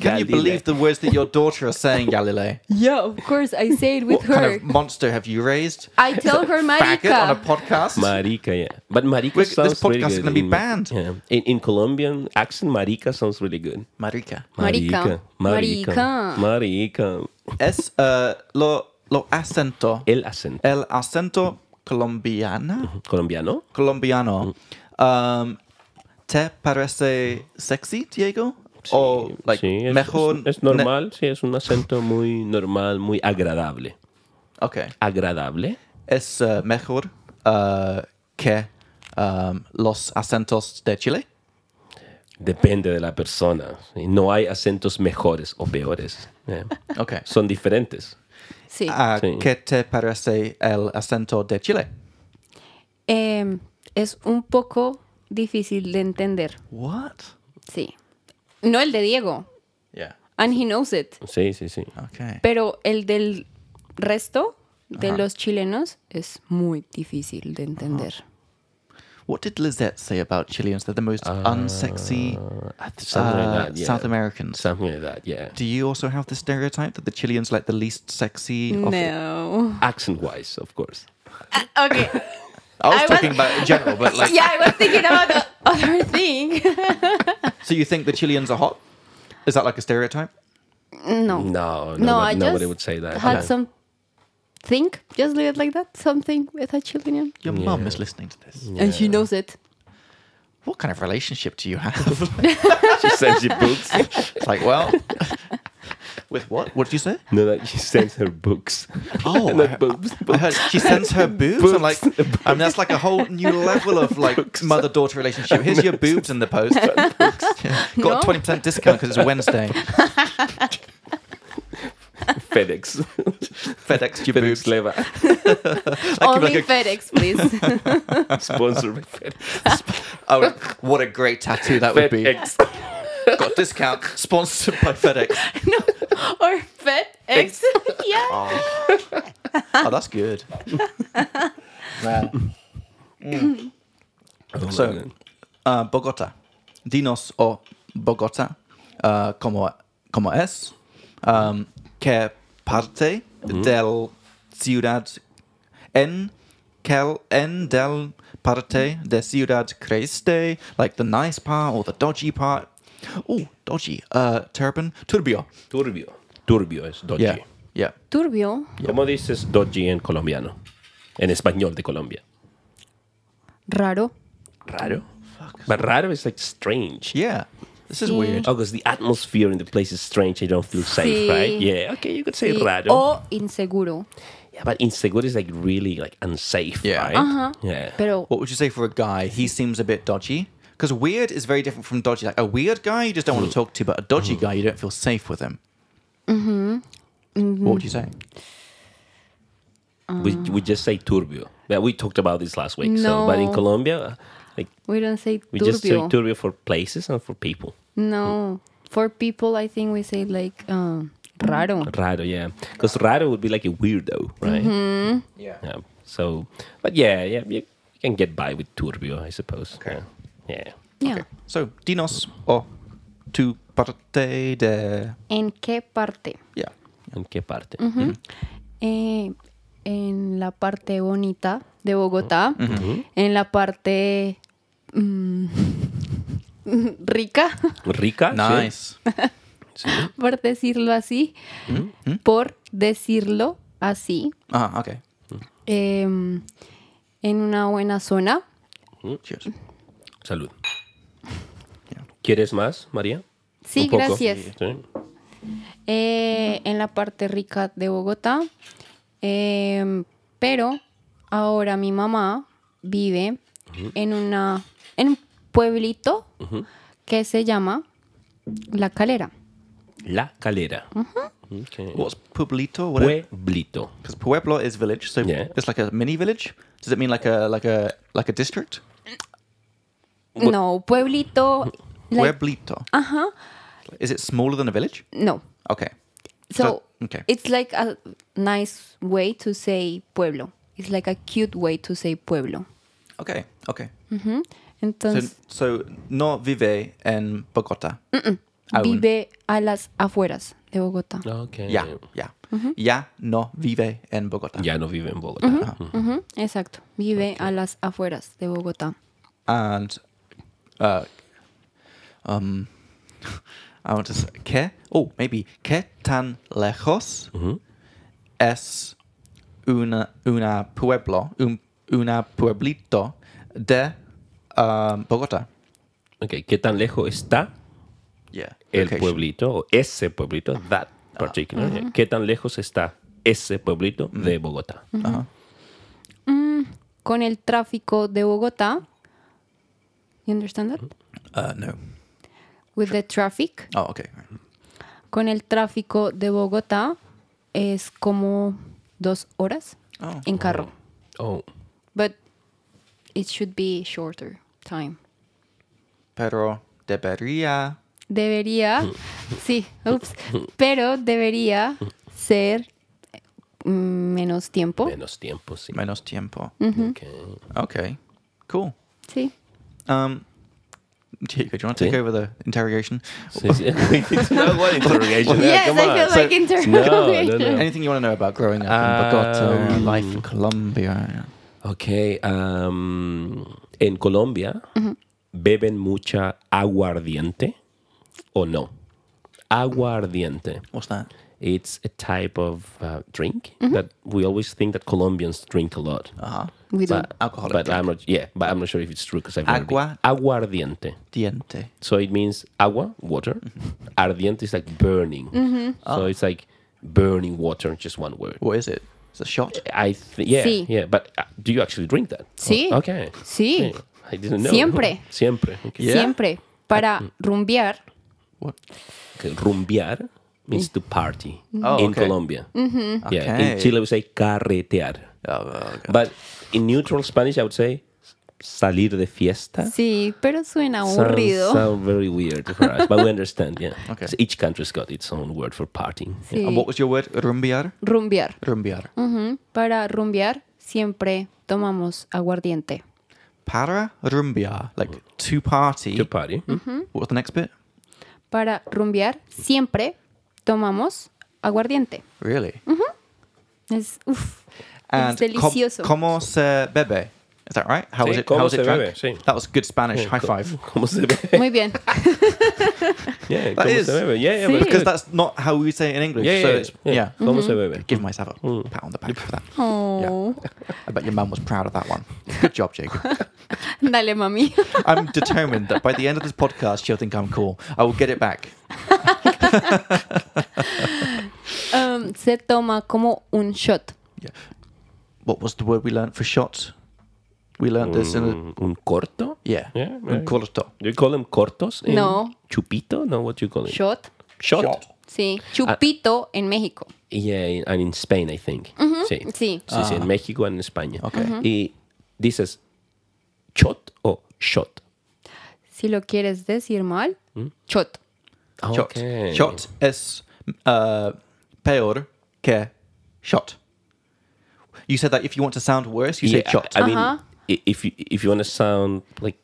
Can you Yalile. believe the words that your daughter is saying, Yalile? yeah, of course, I say it with What her. kind of monster have you raised? I tell her <laughs> Faggot on a marica. podcast? Marica, yeah. But Marica We're- this sounds really podcast is good gonna be in- banned. Yeah. In, in Colombian accent, Marica sounds really good. Marica. Marica. Marica. Marica. Es uh, lo, lo acento. El acento El acento colombiana. colombiano. Colombiano. Mm-hmm. Um, ¿Te parece sexy, Diego? o, like, sí, es, mejor. es- es normal, sí, es un acento muy normal, muy agradable. ne- okay. Agradable. Es uh, mejor uh, que um, los acentos de Chile. Depende de la persona. sí. No hay acentos mejores o peores. yeah. Okay. Son diferentes. Sí. Ah, Sí. ¿Qué te parece el acento de Chile? Em, es un poco difícil de entender. What? Sí. No el de Diego. Yeah. And he knows it. Sí, sí, sí. Okay. Pero el del resto de Ajá. los chilenos es muy difícil de entender. What did Lizette say about Chileans? They're the most unsexy Uh, Ah, something like uh, that, yeah. South Americans. Something like that, yeah. Do you also have the stereotype that the Chileans like the least sexy? Of No. Accent wise, of course. Okay. I was I was- talking about in general, but <laughs> like, Ah, <laughs> yeah, I was thinking about the <laughs> other thing. so you think the Chileans are hot? Is that like a stereotype? no. No, no, No, I nobody just would say that. Had Yeah. some think, just leave it like that. Something with a Chilean. Your Yeah. mum is listening to this. And she knows it. What kind of relationship do you <laughs> have? she sends you books. <laughs> it's like, well, with what? What did you say? No, no, she sends <laughs> her books. Oh, Not I- boobs. I heard she sends her boobs. I'm like, I mean, that's like a whole new level of like mother daughter relationship. Here's your boobs in the post. Yeah. No. Got a 20% discount because it's Wednesday. <laughs> FedEx. FedEx your FedEx boobs. <laughs> Leva. That could Only be like a- FedEx, <laughs> please. Sponsored by FedEx. oh, what a great tattoo that would be. FedEx. Got discount sponsored by FedEx. no. Or FedEx. <laughs> yeah. Ah. Oh, that's good. Oh, So- man. Uh, Bogota. Dinos o Bogota. Uh, como, como es? Um, ¿Qué parte del ciudad en quel en del parte de ciudad creíste? Like the nice part or the dodgy part? Oh, dodgy. Uh, turban. Turbio. Turbio. Turbio es dodgy. Yeah. Yeah. Turbio. ¿Cómo dices dodgy en colombiano? En español de Colombia. Raro. Raro. But raro is like strange. Yeah. This is Sí. weird. Oh, because the atmosphere in the place is strange. You don't feel safe, Mm. Sí. right? Yeah. Okay, you could say Sí. raro. O inseguro. Yeah, but insecure is like really like unsafe, Yeah. right? Ajá. Yeah. Uh-huh. Pero What would you say for a guy? He seems a bit dodgy. Because weird is very different from dodgy. Like a weird guy you just don't want to talk to, but a dodgy guy you don't feel safe with him. Mm-hmm. What would you say? we, we just say turbio. But we talked about this last week. So, but in ah. No. Colombia, like we don't say we turbio. just say turbio for places and for people. No. For people, I think we say like um, raro. Raro, yeah. Because raro would be like a weirdo, right? Mm-hmm. Yeah. Yeah. So, but yeah, yeah, you, you can get by with turbio, I suppose. Okay. Yeah. yeah. Yeah. So, dinos o tu parte de. ¿En qué parte? Yeah. En qué parte? Eh, en la parte bonita de Bogotá. En la parte mm, <laughs> rica, <laughs> Rica. sí. Nice. por decirlo así. Por decirlo así. Ah, okay. Eh, en una buena zona. Cheers. Salud. Yeah. ¿Quieres más, María? Sí, Un poco. gracias. Sí. eh, en la parte rica de Bogotá. Eh, pero ahora mi mamá vive en, una, en un pueblito que se llama La Calera. La calera. Okay. What's pueblito? What it- Pueblito. Because pueblo is village, so Yeah. it's like a mini village. Does it mean like a like a like a district? No, pueblito. like- pueblito. ajá. Is it smaller than a village? No. Okay. So, So- okay. it's like a nice way to say pueblo. It's like a cute way to say pueblo. Okay. Okay. Ujú. So, Entonces, so no vive en Bogota. aún. vive a las afueras de Bogotá. Okay. Ya, ya. Ya no vive en Bogotá. Ya no vive en Bogotá. Ujú, exacto. Vive a las afueras de Bogotá. And uh, um, <laughs> I want to say que oh maybe que tan lejos Mm-hmm. es una una pueblo un una pueblito de um, Bogotá. Ok, ¿qué tan lejos está Yeah. el location. pueblito o ese pueblito, that particular? yeah? ¿Qué tan lejos está ese pueblito de Bogotá? Ajá. Con el tráfico de Bogotá. You understand that? Uh, no. With the traffic. Oh, okay. Con el tráfico de Bogotá es como dos horas Oh. en carro. Oh, But it should be shorter time. Pero debería <laughs> Debería, sí, ups, pero debería ser mm, menos tiempo. menos tiempo, sí. Mm-hmm. menos tiempo. Ok. Okay. Cool. <laughs> Sí. Um, <laughs> Diego, do you want to Sí. take over the interrogation? Sí, sí. <laughs> no, what interrogation? <laughs> yes, come I on. feel <laughs> like So- interrogation. No, no, no. Anything you want to know about growing up in Bogota, Um, life in Colombia? Okay, um, en Colombia Mm-hmm. beben mucha aguardiente o no? Aguardiente. What's that? It's a type of uh, drink Mm-hmm. that we always think that Colombians drink a lot. Uh-huh. <laughs> We don't. But, Alcoholic but I'm not. Yeah, but I'm not sure if it's true because I've never been- Agua. aguardiente. Diente. So it means agua, water. Mm-hmm. Ardiente is like burning. Oh. So it's like burning water, just one word. What is it? It's a shot. I th- yeah, Sí. yeah, but uh, do you actually drink that? Sí. Oh, okay. Sí. Okay. I didn't know. Siempre. <laughs> Siempre. Okay. Yeah. Siempre. Para rumbear, What? Okay, Rumbear means Mm. to party Oh, in okay. Colombia. Mm-hmm. Yeah. Okay. In Chile we say carretear. Oh, oh, God. But in neutral Spanish I would say salir de fiesta. sí, pero suena Sounds, aburrido. sound very weird for us, but we understand, yeah. <laughs> Okay. So each country's got its own word for partying. Yeah. Sí. And what was your word? Rumbiar? Rumbear. Rumbiar. Ujú. Para rumbear siempre tomamos aguardiente. Para rumbiar. Like to party. To party. What was the next bit? Para rumbear siempre tomamos aguardiente. Really? Es, uf, es And com- delicioso. como se bebe? Is that right? How was Sí, it? How como was it se bebe, drank? sí. Mm, That was good Spanish. High five. <laughs> ¿Cómo se <laughs> ve? Muy bien. Yeah, That ¿cómo is. se bebe? Yeah, yeah, Sí. but- Because that's not how we say it in English. yeah, so yeah, Mm. it's, yeah. ¿Cómo se bebe? Give myself a pat on the back for that. Oh. I bet your mum was proud of that one. Good job, Jacob. Dale, mami. <laughs> I'm determined that by the end of this podcast, she'll think I'm cool. I will get it back. Um, se toma como un shot. Yeah. What was the word we learnt for shot? We learnt this in the. un, un corto? Yeah. Mm. Mm, Yeah, Un right. corto. Do you call them cortos? in No. Chupito? No, what do you call it? Shot. Shot. Sí. Chupito en México. Yeah, in- and in Spain, I think. Sí. Sí. Sí, Ah. sí, en México and en España. Okay. Y dices shot o shot. Si lo quieres decir mal, shot. Ah, Shot. Okay. Shot es uh, peor que shot. You said that if you want to sound worse, you Yeah, say Uh-huh. shot. I, I mean, Ajá. i- if you, if you want to sound like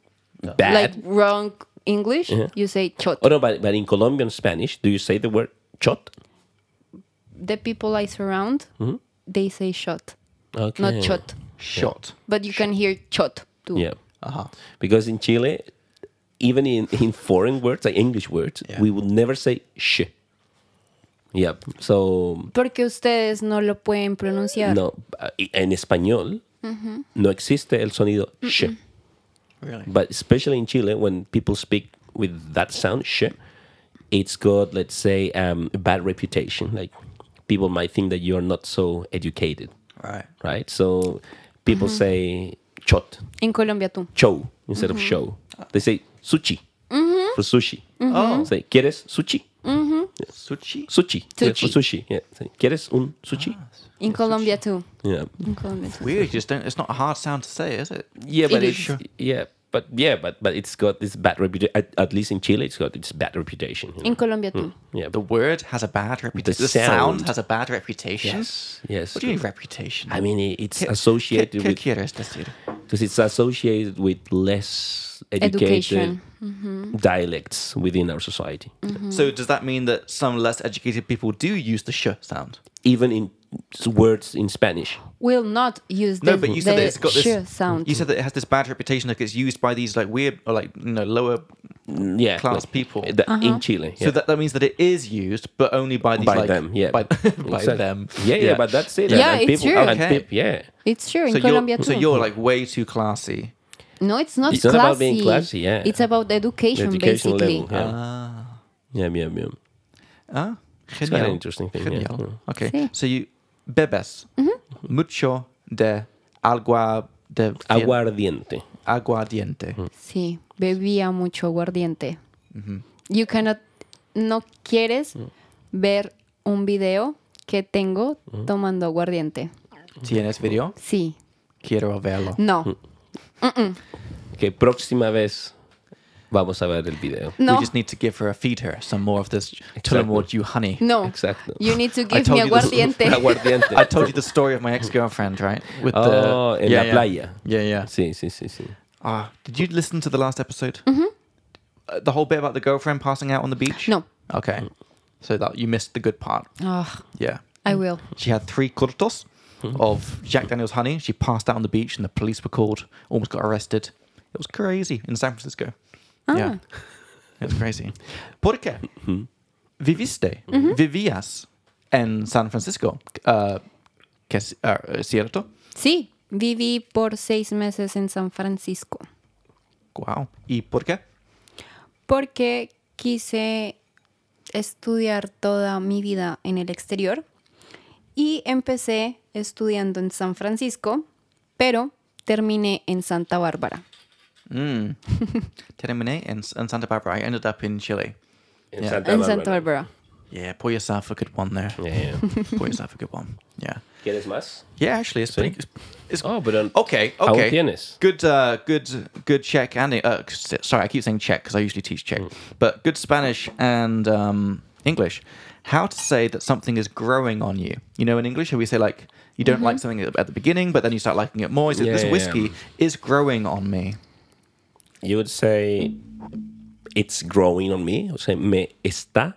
bad. Like wrong English, you say shot. oh, no, but, but in Colombian Spanish, do you say the word shot? The people I surround, they say shot, Okay. not shot. shot. But you can hear shot too. Yeah. Uh-huh. Because in Chile, even in, in foreign words, like English words, Yeah. we would never say sh. Yeah. So, Porque ustedes no lo pueden pronunciar. no, uh, en español no existe el sonido sh. Really? But especially in Chile, when people speak with that sound sh, it's got, let's say, um, a bad reputation. Like people might think that you're not so educated, Right. right? So people say chot. En Colombia tú. show instead of show. They say sushi for sushi. Oh. Say, ¿quieres sushi? Sushi? Sushi. Yeah, for Sushi. sushi. Yeah. Say, ¿Quieres un sushi? En Colombia tú. Yeah. En Colombia tú. Weird. You just don't, it's not a hard sound to say, is it? Yeah, but is. it's, yeah, but yeah, but but it's got this bad reputation. At, at least in Chile, it's got its bad reputation. you En know. Colombia tú. Yeah. The word has a bad reputation. The, sound sound. has a bad reputation. yes. Yes. What do you mean reputation? I mean, i- it's ¿Qué- associated ¿Qué, qué with quieres decir? because it's associated with less educated Education. dialects within our society. Hmm. So does that mean that some less educated people do use the sh sound? Even in s- words in Spanish. Will not use No, this- but you said the that it's got sh this. sound. You said that it has this bad reputation, like it's used by these like weird or like you know lower. yeah, uh, class people. that- Uh-huh. in Chile. So yeah. that, that means that it is used, but only by these by like, them, yeah, <laughs> by, <laughs> by Exactly. them. yeah, yeah, But that's it. Yeah, and it's people, true. and Okay. peop- yeah, It's true. so en Colombia you're, tú. so you're like way too classy. no, it's not It's classy. not about being classy, yeah. It's about the education, educational basically. level. Yeah. yeah, yeah, yeah. Ah, It's quite an interesting thing. Yeah. Mm. Genial. Okay. Sí. So you bebes Mhm. mucho de agua de Yeah. Aguardiente. aguardiente. Hm. Sí, bebía mucho aguardiente. You cannot, no quieres Mm. ver un video que tengo Mm. tomando aguardiente. ¿Tienes video? Sí, Quiero verlo. no, Okay, próxima vez vamos a ver el video. We no, just need to give her a feed her some more of this Tullamore Dew honey. no. Exacto. <laughs> You need to I give told me you this- aguardiente. Aguardiente. I told you the story of my ex girlfriend, right? With Oh, in la playa. Yeah, yeah. Sí, sí, sí, sí. Ah, did you listen to the last episode? Mm-hmm. Uh, the whole bit about the girlfriend passing out on the beach? No. Okay. Mm. So that you missed the good part. Ugh, Yeah. Ah, I will. She had three cortos of Jack Daniels honey. She passed out on the beach and the police were called, almost got arrested. It was crazy in San Francisco. Yeah. It was crazy. ¿Por qué viviste, vivías en San Francisco? Uh, que, es- ah, ¿es ¿Cierto? Sí, viví por seis meses en San Francisco Wow. ¿Y por qué? porque quise estudiar toda mi vida en el exterior y empecé estudiando en San Francisco, pero terminé en Santa Bárbara. Mm. Terminé en, en Santa Barbara. I ended up in Chile. In Yeah. Santa En Bárbara. Santa Bárbara. Yeah, pull yourself a good one there. Yeah. <laughs> Pull yourself a good one. Yeah. ¿Quieres más? Yeah, actually, it's pretty. It's, Oh, pero okay, aún okay. tienes. Good, uh, good, good Czech and uh, s- sorry, I keep saying Czech because I usually teach Czech, Mm. but good Spanish and um, English. How to say that something is growing on you? You know, in English, we say like you don't like something at at the beginning, but then you start liking it more. You say, Yeah, this yeah, whiskey yeah. is growing on me. You would say it's growing on me. O sea, me está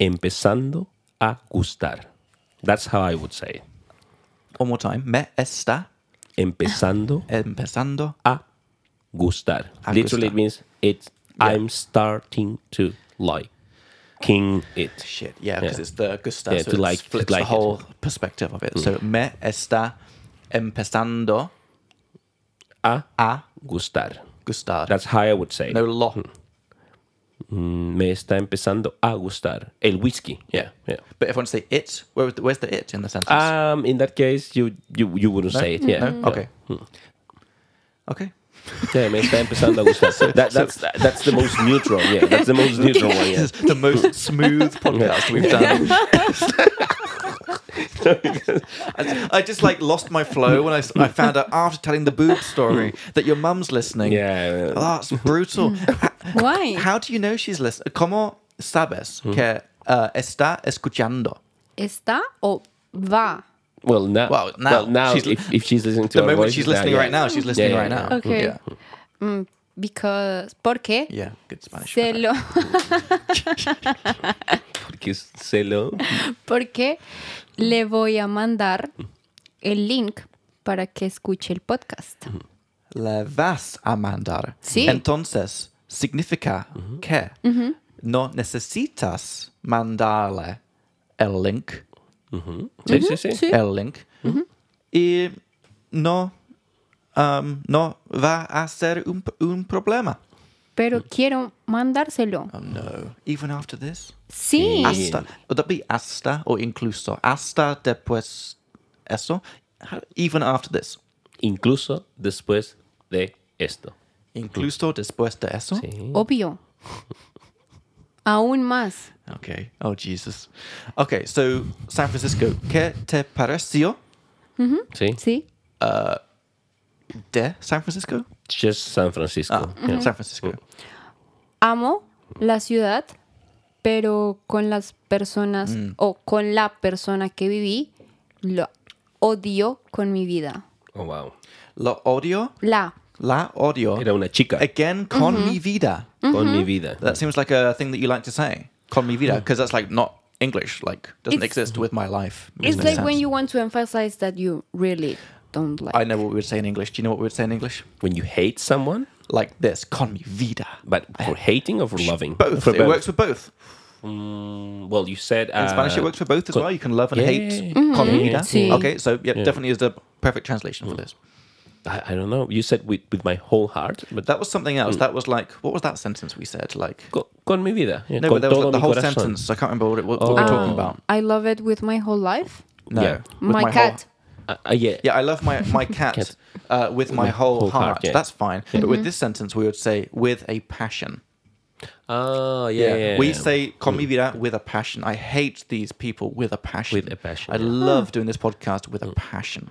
empezando a gustar. That's how I would say it. One more time, me está Empezando empezando. a gustar. A Literally, gustar. it means it's I'm starting to liking it. Shit, yeah, because Yeah. it's the Gustav, Yeah, so to it like- flips to like the it. Mm. whole perspective of it. So me está empezando A a gustar. gustar. That's how I would say. it. no lo. Mm, Me está empezando a gustar el whisky. Yeah, yeah. But if I want to say it, where, was the- where's the it in the sentence? Um, in that case, you you you wouldn't No? say it. Yeah. No? no. Mm-hmm. Okay. Okay. Yeah, me está empezando a gustar. <laughs> That, that's that's the most neutral. Yeah, that's the most neutral one. Yeah. Hmm. This is <laughs> the most smooth <laughs> podcast we've done. <laughs> <laughs> I- I just like lost my flow when I, s- I found out after telling the boob story that your mum's listening. Yeah. Oh, that's brutal. Hmm. Why? How do you know she's listening? ¿Cómo sabes Hmm. que uh, está escuchando? ¿Está o va? Well, now, Well, now she's she's, li- if, if she's listening to The our moment voices she's listening yeah. right now, she's listening yeah, right yeah. now. Ok. Yeah. Mm, because, porque Yeah, good Spanish. se lo, Porque es celo. porque le voy a mandar el link para que escuche el podcast. Le vas a mandar. Sí. Entonces, significa que no necesitas mandarle el link, Sí, sí, sí. Sí. el link, y no, um, no va a ser un, un problema. Pero quiero mandárselo. Oh, no. Even after this? Sí. Ah. Hasta. Would that be hasta or incluso? Hasta después eso? How- Even after this? Incluso después de esto. Incluso después de eso? Sí. Obvio. Aún más. Okay. Oh Jesus. Okay, so San Francisco. ¿Qué te pareció Sí. Sí. de San Francisco? Just San Francisco. Ah, Yeah. San Francisco. Amo la ciudad, pero con las personas Mm. o con la persona que viví, lo odio con mi vida. Oh, wow. Lo odio. La. La odio. Era una chica Again, con Mm-hmm. mi vida. con Mm-hmm. mi vida. That seems like a thing that you like to say. Con mi Mm. vida, because that's like not English. Like doesn't It's- exist with my life. Makes It's no like when sense. you want to emphasize that you really don't like. I know what we would say in English. Do you know what we would say in English? When you hate someone, Like this. Con mi vida. but for hating or for loving? Both. For it works for both. Mm, well, you said. In Uh, Spanish, it works for both as con- well. You can love and Yeah, hate. yeah, Con mi yeah, vida. Mm-hmm. sí. Okay, so yeah, definitely is the perfect translation Mm. for this. I, I don't know. You said with, with my whole heart, but That was something Hmm. else. That was like, what was that sentence we said? Like, co- con mi vida. Yeah, no, con but there was todo like, the mi whole corazón. sentence. I can't remember what, it, what, what we we're talking about. Oh. I love it with my whole life. No, Oh. Yeah. With My, whole- cat. Uh, uh, yeah. yeah, I love my <laughs> my cat, Cat. Uh, with my whole, whole heart. heart, yeah. That's fine. But Mm-hmm. with this sentence, we would say with a passion. Oh, yeah. yeah. Hmm. we say con mi vida with a passion. I hate these people with a passion. With a passion, I yeah. Hmm. love doing this podcast with a passion.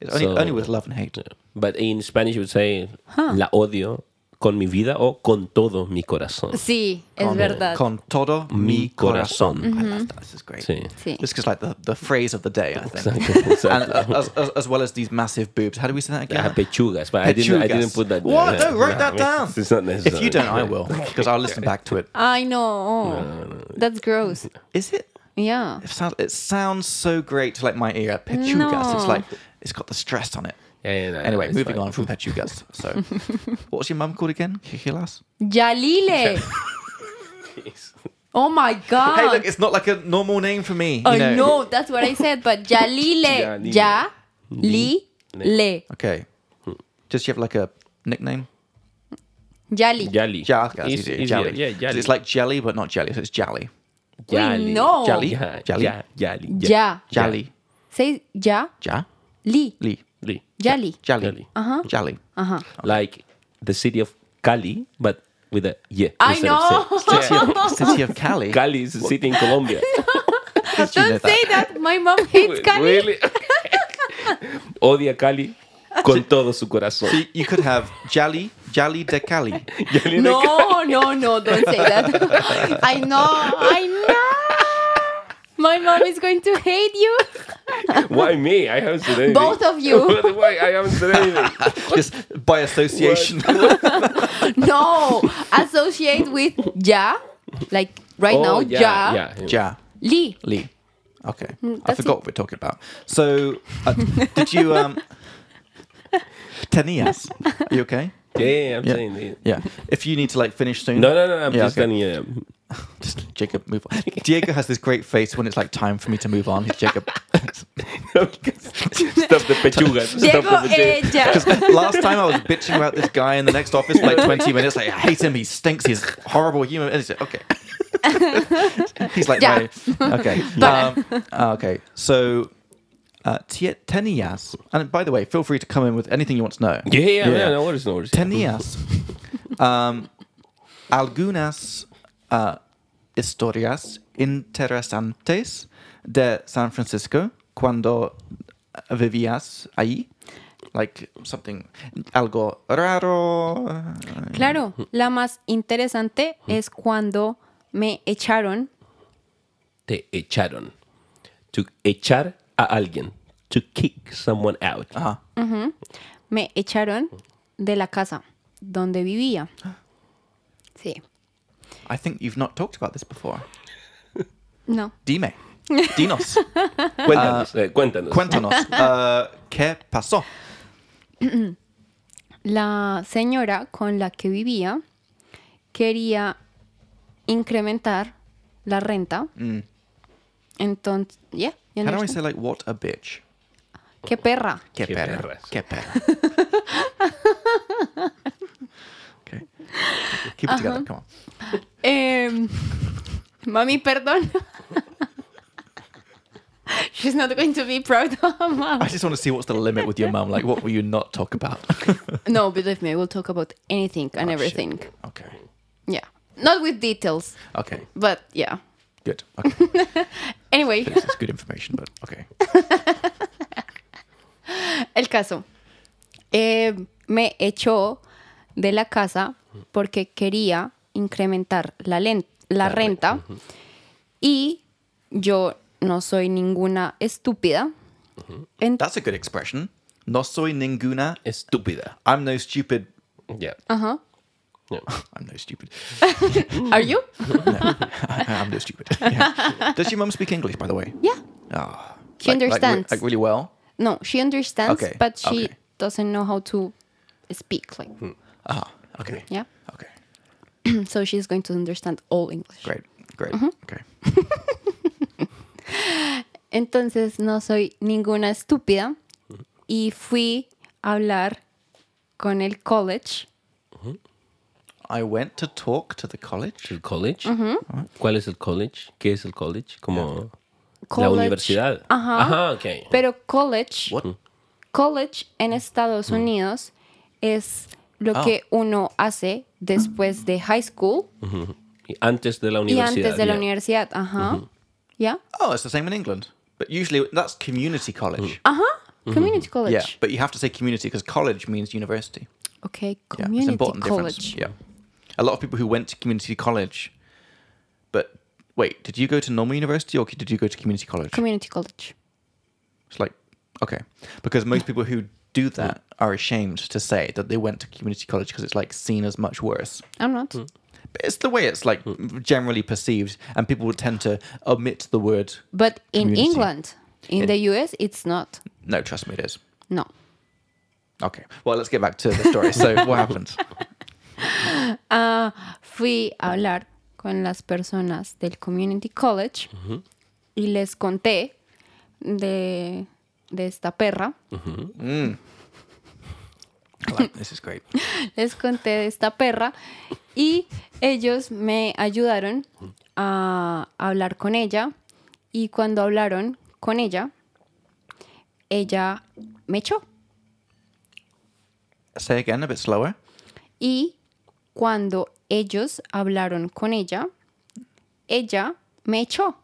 It's only, So- only with love and hate. But in Spanish, you would say la odio con mi vida o con todo mi corazón. Sí, es Con- verdad. Con todo Mi mi corazón. corazón. I love that. This is great. Sí. Sí. This is like the, the phrase of the day, I think. Exacto, and exacto. uh, as, as, as well as these massive boobs. How do we say that Ah, again? pechugas, but I didn't, I Pechugas. didn't put that. What? there. No, write that <laughs> it's- down. It's not necessary. If you don't, I will, because I'll listen back to it. Ay, no. That's gross. Is it? Yeah. It sounds, it sounds so great to like my ear. Pechugas. It's No. like it's got the stress on it. Yeah, yeah, no, Anyway, no, it's moving fine. <laughs> on from Pechugas. So, what was your mum called again? Kikilas? <laughs> Yalile. oh my god. Hey, look, it's not like a normal name for me. I you know. know, that's what I said, but <laughs> Yalile. Yalile. Ya. Li. Le. Okay. Does she have like a nickname? Yali. Jali. Jalkas. It's- it's- jelly. Yeah, jali. It's like jelly, but not jelly. So it's jelly. Jali. no. Jali. Ja- Jali. ja- Jali. Ya. Jali. Say ya. Ja. Li. Li. Jali. Yali. Jali. Jali. Uh-huh. Jali. Ajá. Like the city of Cali, but with a ye. I instead of know. se. <laughs> City of, <laughs> city of Cali. Cali is a city in Colombia. How did you know Don't say that? that. My <laughs> mom hates Cali. Really? <laughs> Odia Cali con todo su corazón. So you- you could have Jali, Jali de Cali. Jali de No, no, no, don't say that. <laughs> I know, I know. My mom is going to hate you. Cali. Why me? I haven't said anything. Both of you. <laughs> Why? I haven't said <laughs> <laughs> anything. Just by <laughs> association. <laughs> No, associate with ya, like right now, Oh, ya, yeah, yeah. Ja. <laughs> li. Li. Okay. I that's forgot what we're talking about. So, uh, did you. Um, Tenías. Are you okay? Yeah, yeah, I'm Yeah. saying it. <laughs> Yeah. If you need to like finish soon. No, no, no, I'm Yeah, just okay. telling you. Just Jacob, move on. Diego has this great face when it's like time for me to move <laughs> on. He's Jacob. Stop the <laughs> pechugas. Stop <laughs> Diego, the eh, pechugas. <laughs> ya. Last time I was bitching about this guy in the next office for like 20 minutes. Like, I hate him. He stinks. He's a horrible human. And he's like, okay. he's like, Yeah. no. okay. Um, okay. So, uh, tie- tenías, and by the way, feel free to come in with anything you want to know. Yeah, yeah, Yeah. yeah. No worries, no worries. Tenías <laughs> um, algunas uh, historias interesantes de San Francisco cuando vivías ahí. Like something, algo raro. uh, <laughs> Claro, la más interesante es cuando me echaron. Te echaron. To echar a alguien. To kick someone out. Ah, me echaron de la casa donde vivía. Sí. I think you've not talked about this before. No. Dime, <laughs> dinos, Cuéntanos. eh, cuéntanos. cuéntanos, uh, ¿qué pasó? La señora con la que vivía quería incrementar la renta. Entonces, yeah, you How do I understand? say like what a bitch? qué perra. Qué, Qué perra, perras. Qué <laughs> perra. okay. Keep it Uh-huh. together, come on. Em, mami, perdón. She's not going to be proud of her mom. I just want to see what's the limit with your mum. Like, what will you not talk about? <laughs> No, believe me, we'll talk about anything and Oh, shit. <laughs> everything. okay. Yeah. Not with details, Okay. but yeah. Good. Okay. Anyway. This is good information, but okay. El caso. Eh, me echó de la casa porque quería incrementar la, len- la renta y yo no soy ninguna estúpida. En- That's a good expression. No soy ninguna. Estúpida. I'm no stupid. <laughs> Yeah. Ajá. yeah. I'm no stupid. <laughs> Mm. Are you? I'm no stupid. <laughs> Yeah. Does your mum speak English, by the way? Yeah. Oh, She like- like re- understands. like really well. No, she understands, Okay, but she okay. doesn't know how to speak. Like, Ah. Okay. yeah. Okay. <clears throat> So she's going to understand all English. Great. Great. Mm-hmm. Okay. Entonces no soy ninguna estúpida y fui a hablar con el college. I went to talk to the college. El college. ¿Cuál es el college? ¿Qué es el college? Como la College. universidad. Ajá. Ajá, ok. Pero college, What? Hmm. college en Estados Unidos es lo Ah. que uno hace después de high school Y Antes de la y universidad. antes de la yeah. universidad. Ajá. Mm-hmm. ¿Ya? Oh, it's the same in England. But usually that's community college. Community college. Yeah, but you have to say community because college means university. Okay, Yeah, community college. difference. Yeah, a lot of people who went to community college, but wait, did you go to normal university or did you go to community college? Community college. it's like okay, because most people who do that are ashamed to say that they went to community college because it's like seen as much worse. I'm not. But it's the way it's like generally perceived, and people would tend to omit the word. But in Community. England, in In- the US, it's not. No, trust me, it is. No. Okay, well, let's get back to the story. So, what <laughs> happened? Fui a hablar con las personas del community college y les conté de, de esta perra. <laughs> Like, this is great. les conté de esta perra y ellos me ayudaron a hablar con ella y cuando hablaron con ella, ella me echó Say again, a bit slower. y cuando ellos hablaron con ella, ella me echó.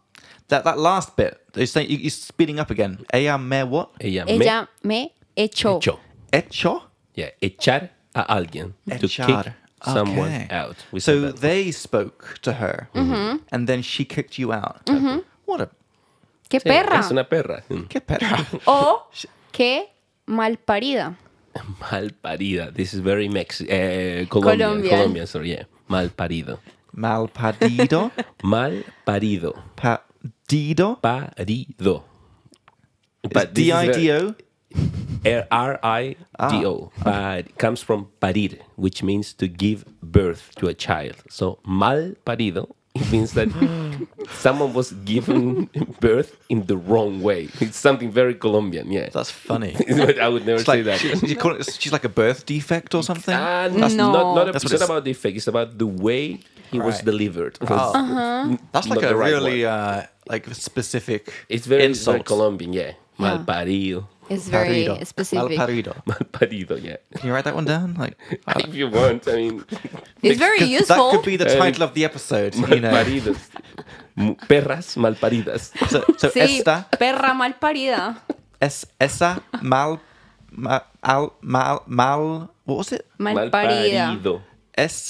That that last bit, you're, saying, you- you're speeding up again. Ella me what? Ella, me Ella me echó. echó. Echo? Yeah, echar a alguien. To Echar. kick someone Okay. out. with a So bad word. they spoke to her, and then she kicked you out. What a ¡Qué Sí, perra! Es una perra. Mm. qué <laughs> perra. O qué malparida. Malparida. This is very Mex eh, Colombian. Colombian. Colombian. sorry, yeah. Malparido. Malpadido, Malparido. padido. Parido. It's D I D O. R I D O. Ah, Par- Comes from parir, which means to give birth to a child. So mal parido it <laughs> means that someone was given birth in the wrong way. It's something very Colombian, yeah. That's funny. <laughs> But I would never It's say like that. she- you call it- she's like a birth defect or something. Ah, That's- no, not, not, a- That's what it's not it's- about the effect. It's about the way he was Right. delivered. Oh. That's Not like a the right really word. uh, like a specific. It's very, it's very insult. Colombian, yeah. Mal parido, <laughs> Es very Parido. specific. Malparido. mal parido, yeah. Can you write that one down? <laughs> Like, if you want, I mean, It's very 'cause that useful. could be the Um, title of the episode. mal You know. paridos, M- perras mal paridas. So, so Sí, esta perra malparida. Es, esa mal, ma- al, mal, mal, what was it? Malparida. Malparido.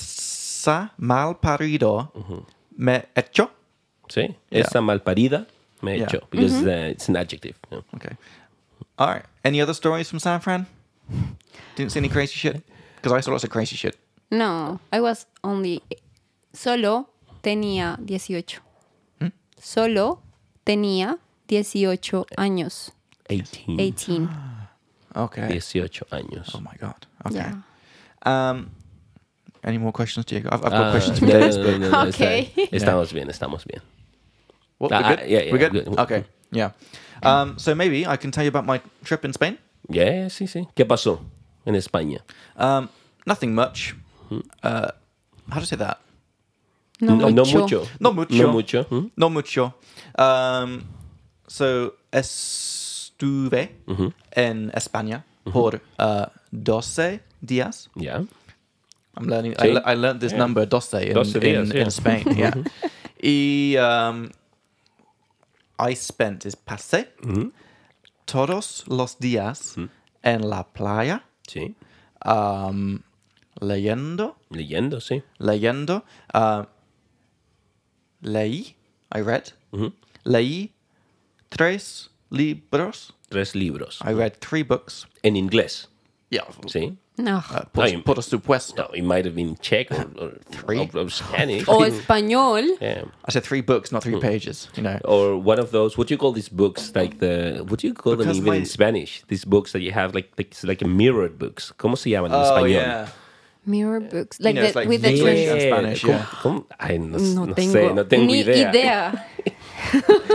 Esa mal parido Mm-hmm. me echó. Sí, Yeah. esa mal parida me Yeah. echó because uh, it's an adjective. no. Okay. All right. Any other stories from San Fran? Didn't see any crazy shit? Because I saw lots of crazy shit. No, I was only. Solo tenía 18. ¿Mm? Solo tenía 18 años. 18, Ah, 18. Okay. 18 años. Oh my God. Okay. Yeah. Um, any more questions, Diego? I've, I've got Ah, questions for no, no, <laughs> Dennis, no, but no, no, Ok. está- Estamos bien, estamos bien. what, Ah, we're good? yeah, yeah, we're good? good. Okay. Yeah. Um, so maybe I can tell you about my trip in Spain. Yeah, sí, sí. ¿Qué pasó en España? Um, nothing much. Uh, how do I say that? No, no mucho. mucho. No mucho. No mucho. ¿Mm? No mucho. Um, so estuve Mm-hmm. en España por uh, 12 días. Ya. I'm learning. I, Sí. le- I learned this number doce in, 12 in, días, yeah. in Spain. <laughs> Yeah. y um, I spent is pasé Mm-hmm. todos los días en la playa Sí. um, leyendo Leyendo, sí. leyendo. Uh, leí, I read. Mm-hmm. Leí tres libros. Tres libros. I read three books. En inglés. Yeah. Sí. No. Uh, por, Ay, por supuesto. No, it might have been Czech or, or, Three. or, or Spanish. O español. Yeah. Mm. Oh, I said three books, not three pages. You know. Or one of those, what do you call these books? Like the, what do you call Because them even my- in Spanish? These books that you have, like, like, it's like a mirrored books. ¿Cómo se llaman en Oh español? yeah. Mirror books. Like, know, it's the- like with the English tree. and- Spanish, ¿Cómo- yeah. cómo? Ay, no, No, no tengo, sé, no tengo ni idea. idea.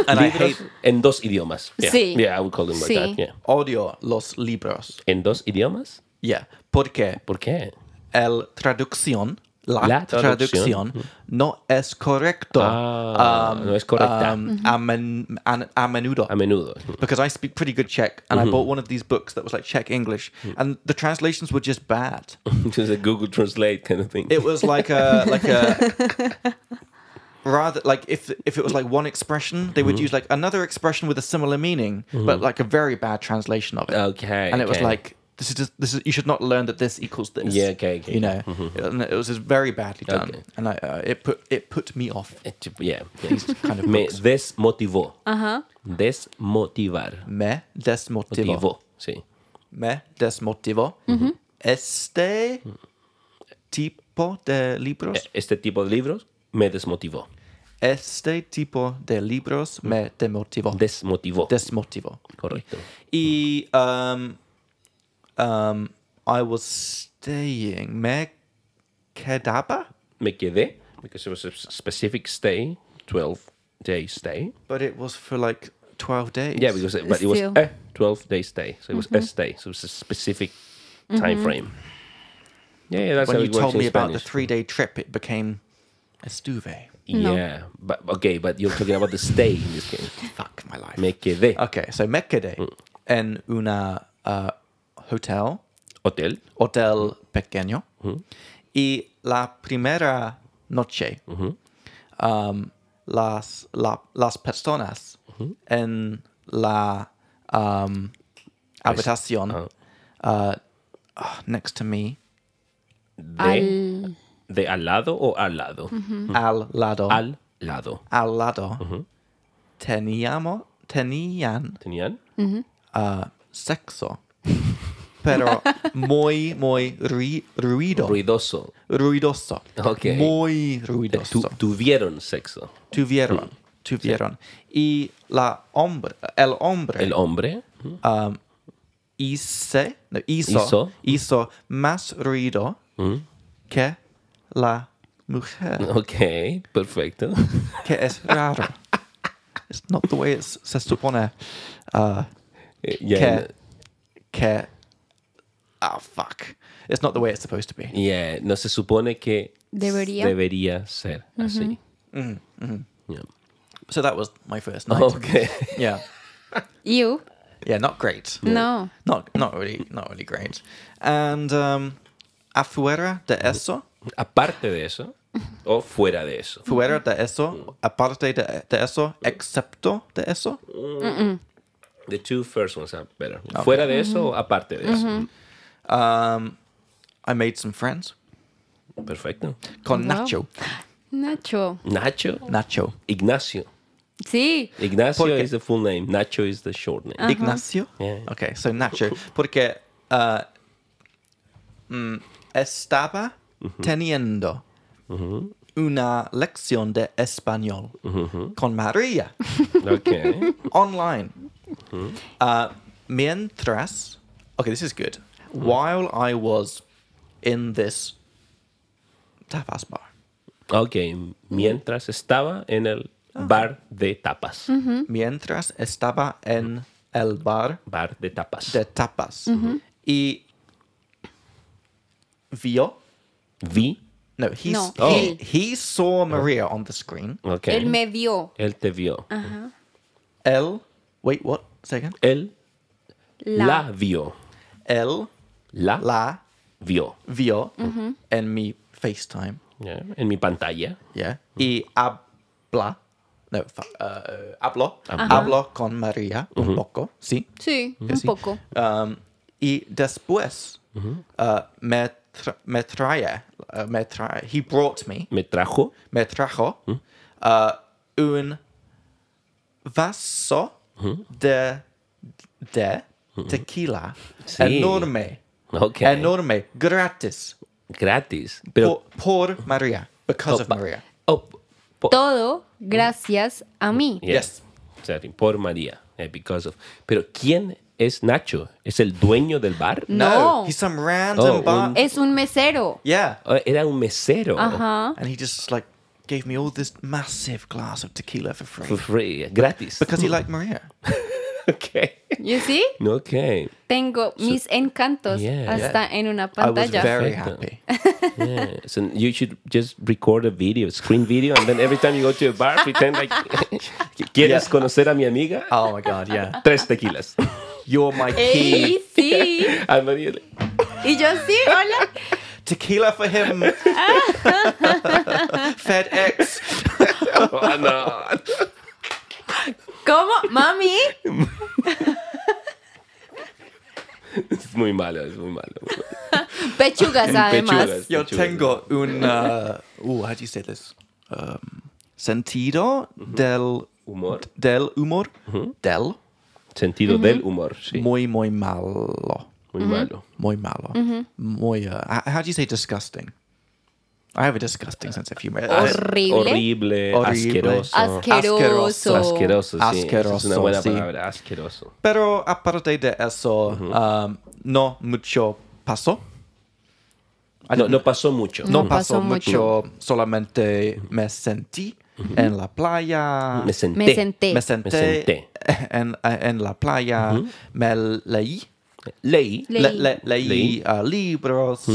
And I Libros hate en dos idiomas. Yeah. Sí. Yeah, I would call them like Sí. that. Yeah. audio los libros. En dos idiomas? Yeah. Porque ¿Por qué? el traducción la, La traducción, traducción. Mm-hmm. no es correcto. Ah, no es correcta. Mm-hmm. um, a, men- an- a menudo. a menudo. <laughs> because I speak pretty good Czech, and Mm-hmm. I bought one of these books that was like Czech English, Mm. and the translations were just bad. Just a Google Translate kind of thing. It was like a like a rather like if if it was like one expression, they Mm-hmm. would use like another expression with a similar meaning, but like a very bad translation of it. Okay, and it was okay. like This is just this is you should not learn that this equals this. Yeah, okay, okay. You Mm-hmm. know, And it was just very badly done, Okay. and I, uh, it put it put me off. It- Eh, yeah. These kind of Me books. desmotivó. Desmotivar. Me desmotivó. Motivó. Sí. Me desmotivó. Este tipo de libros. E- Este tipo de libros me desmotivó. Este tipo de libros me demotivó. Desmotivó. desmotivó. Correcto. Y um, um, I was staying. Me quedaba, Me quedé, because it was a s- specific stay, 12 day stay. but it was for like 12 days. Yeah, because it, but it was Still. Mm-hmm. a 12 day stay. So it was a stay. So it was a specific time frame. Yeah, yeah, that's when how you it works told in me about the Spanish. three day trip, it became estuve. No. Yeah, but okay, but you're talking about the stay in this case. Fuck my life. Me Mm. quedé. okay, so me quedé en una uh, hotel, Hotel. hotel pequeño. Y la primera noche, um, las, la, las personas en la um, habitación uh, ah, next to me, De, Al, Mm-hmm. de al lado o al lado. al lado, al, Al lado. lado, teníamos, tenían ¿Tenían? uh, <laughs> sexo. Pero muy, muy ri- ruido. Eh, Ruidoso. ruidoso. Ok. Muy Tu- ruidoso. tuvieron sexo. tuvieron, tuvieron. Y la hombre, el hombre El hombre. um, hice- no, hizo, Hizo. hizo. más ruido que la mujer, <laughs> Ok, perfecto. que es raro. It's not the way it's, se supone uh, Eh, que, yeah, que... Ah, fuck. It's not the way it's supposed to be. no, yeah, no se supone que Debería. debería ser así. Yeah. So that was my first night. Ok. <laughs> <laughs> Yeah. you, Yeah, not great. no. Not not really not really great. And um, afuera de eso, Aparte de eso o fuera de eso. fuera de eso, aparte de, de eso, excepto de eso, The two first ones are better. Fuera de eso o aparte de eso. um, I made some friends Perfecto. con Wow. Nacho. Nacho. Nacho. Nacho. Ignacio. Sí. Ignacio Porque- is the full name. Nacho is the short Ah. name. Ignacio. Yeah. Okay, so Nacho, porque uh, mm, estaba teniendo una lección de español con María. Okay. online. Uh, mientras, okay, this is good. While I was in this tapas bar, ok. Mientras estaba en el bar de tapas. mientras estaba en el bar Bar de tapas. de tapas, y vio, Vi. no, he, No, he, él. he saw Maria on the screen. Ok. Él me Ah. vio. Él te vio. El, wait, what? Second. Él La. la, vio. El La, la vio. vio en mi FaceTime. Yeah, En mi pantalla. Yeah. Y habla. No, fa- uh, hablo. Habla. Hablo con María Mm-hmm. un poco, sí. Sí, un sí. poco. Um, y después Mm-hmm. uh, me, tra- me trae, uh, me trae, he brought me, Me trajo me trajo Mm-hmm. uh, un vaso Mm-hmm. de, de tequila Sí. enorme, Ok. Ah, enorme, gratis gratis. Pero. por, por María, because of Opa. María. Oh, po- Todo gracias a mí. Yeah. Yes. Sorry, por María. eh, because of. Pero ¿quién es Nacho? ¿Es el dueño del bar? No, No. he's some random Oh, bar. un- Es un mesero. Yeah. Oh, Era un mesero. Ajá. And he just like gave me all this massive glass of tequila for free. For free, gratis. because <laughs> he liked Maria. Okay. ¿Y sí? Okay. Tengo mis encantos Yeah. hasta en una I was pantalla. very Perfecto. happy. Yeah. So you should just record a video, screen video, and then every time you go to a bar, pretend like <laughs> quieres Yeah. conocer a mi amiga. <laughs> Oh my god, <laughs> yeah. Tres tequilas. You're my key. ¡Ey, <laughs> sí! Al marido le- Y yo sí, hola. Tequila for <laughs> him. FedEx. Oh, no. ¿Cómo? ¿Mami? Es muy malo, es muy malo. muy malo. Pechugas, además. Pechugas. Yo Pechugas. tengo un. Uh, ooh, how do you say this? Um, sentido del. Humor. Del Mm-hmm. humor. Mm-hmm. Del. Sentido del humor, sí. Muy, Muy, muy malo. malo. Muy malo. Muy. Uh, h- how do you say disgusting? I have a disgusting sense of humor. Uh, I- Horrible. Horrible, Horrible. asqueroso. Asqueroso. Asqueroso, sí. Asqueroso, esa Es una buena sí. palabra, asqueroso. Pero aparte de eso, um, no mucho pasó. I No, didn't- no pasó mucho. no No pasó, pasó mucho. Solamente me sentí en la playa. Me senté. Me senté. Me senté, senté. En, en la playa. Me leí. Leí. Le- Le- Leí. le- leí Leí. uh, libros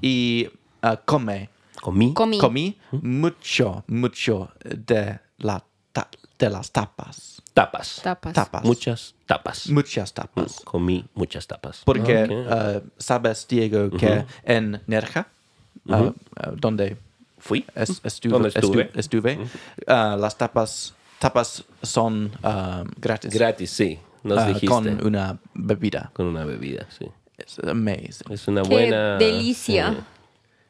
y uh, come- Comí. Comí. comí mucho, mucho de, la ta- de las tapas. Tapas. Tapas. Tapas. Muchas tapas. Muchas tapas. Comí muchas tapas. Porque Ok. Mm. uh, sabes, Diego, que Mm-hmm. en Nerja, uh, uh, donde Fui. es- estuvo- Mm-hmm. Mm. Donde estu- estuve. Mm-hmm. estuve, uh, las tapas, tapas son um, gratis, Gratis, sí. Nos uh, dijiste. con Ah, Con, una bebida. una bebida, sí. It's amazing, Es una Qué buena. Mm. delicia. Sí,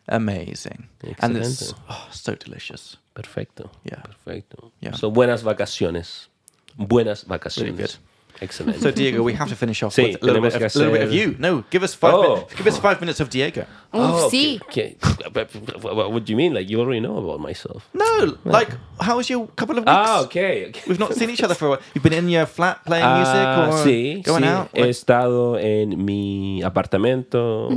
amazing. And it's Excelente. oh, so delicious. Perfecto. Yeah. Perfecto. Yeah. Son buenas vacaciones. Buenas vacaciones. Very good. Excelente. So Diego, we have to finish off Sí, with a little bit, tenemos of, que little bit of hacer- you. No, give us five. Oh. minutes. Give us five minutes of Diego. Uf, Oh, sí. que- que- what do you mean? Like, you already know about myself. No, like how was your couple of weeks? Ah, okay. okay. We've not seen each other for a while. You've been in your flat playing Ah, music or sí, going sí. out. He estado en mi apartamento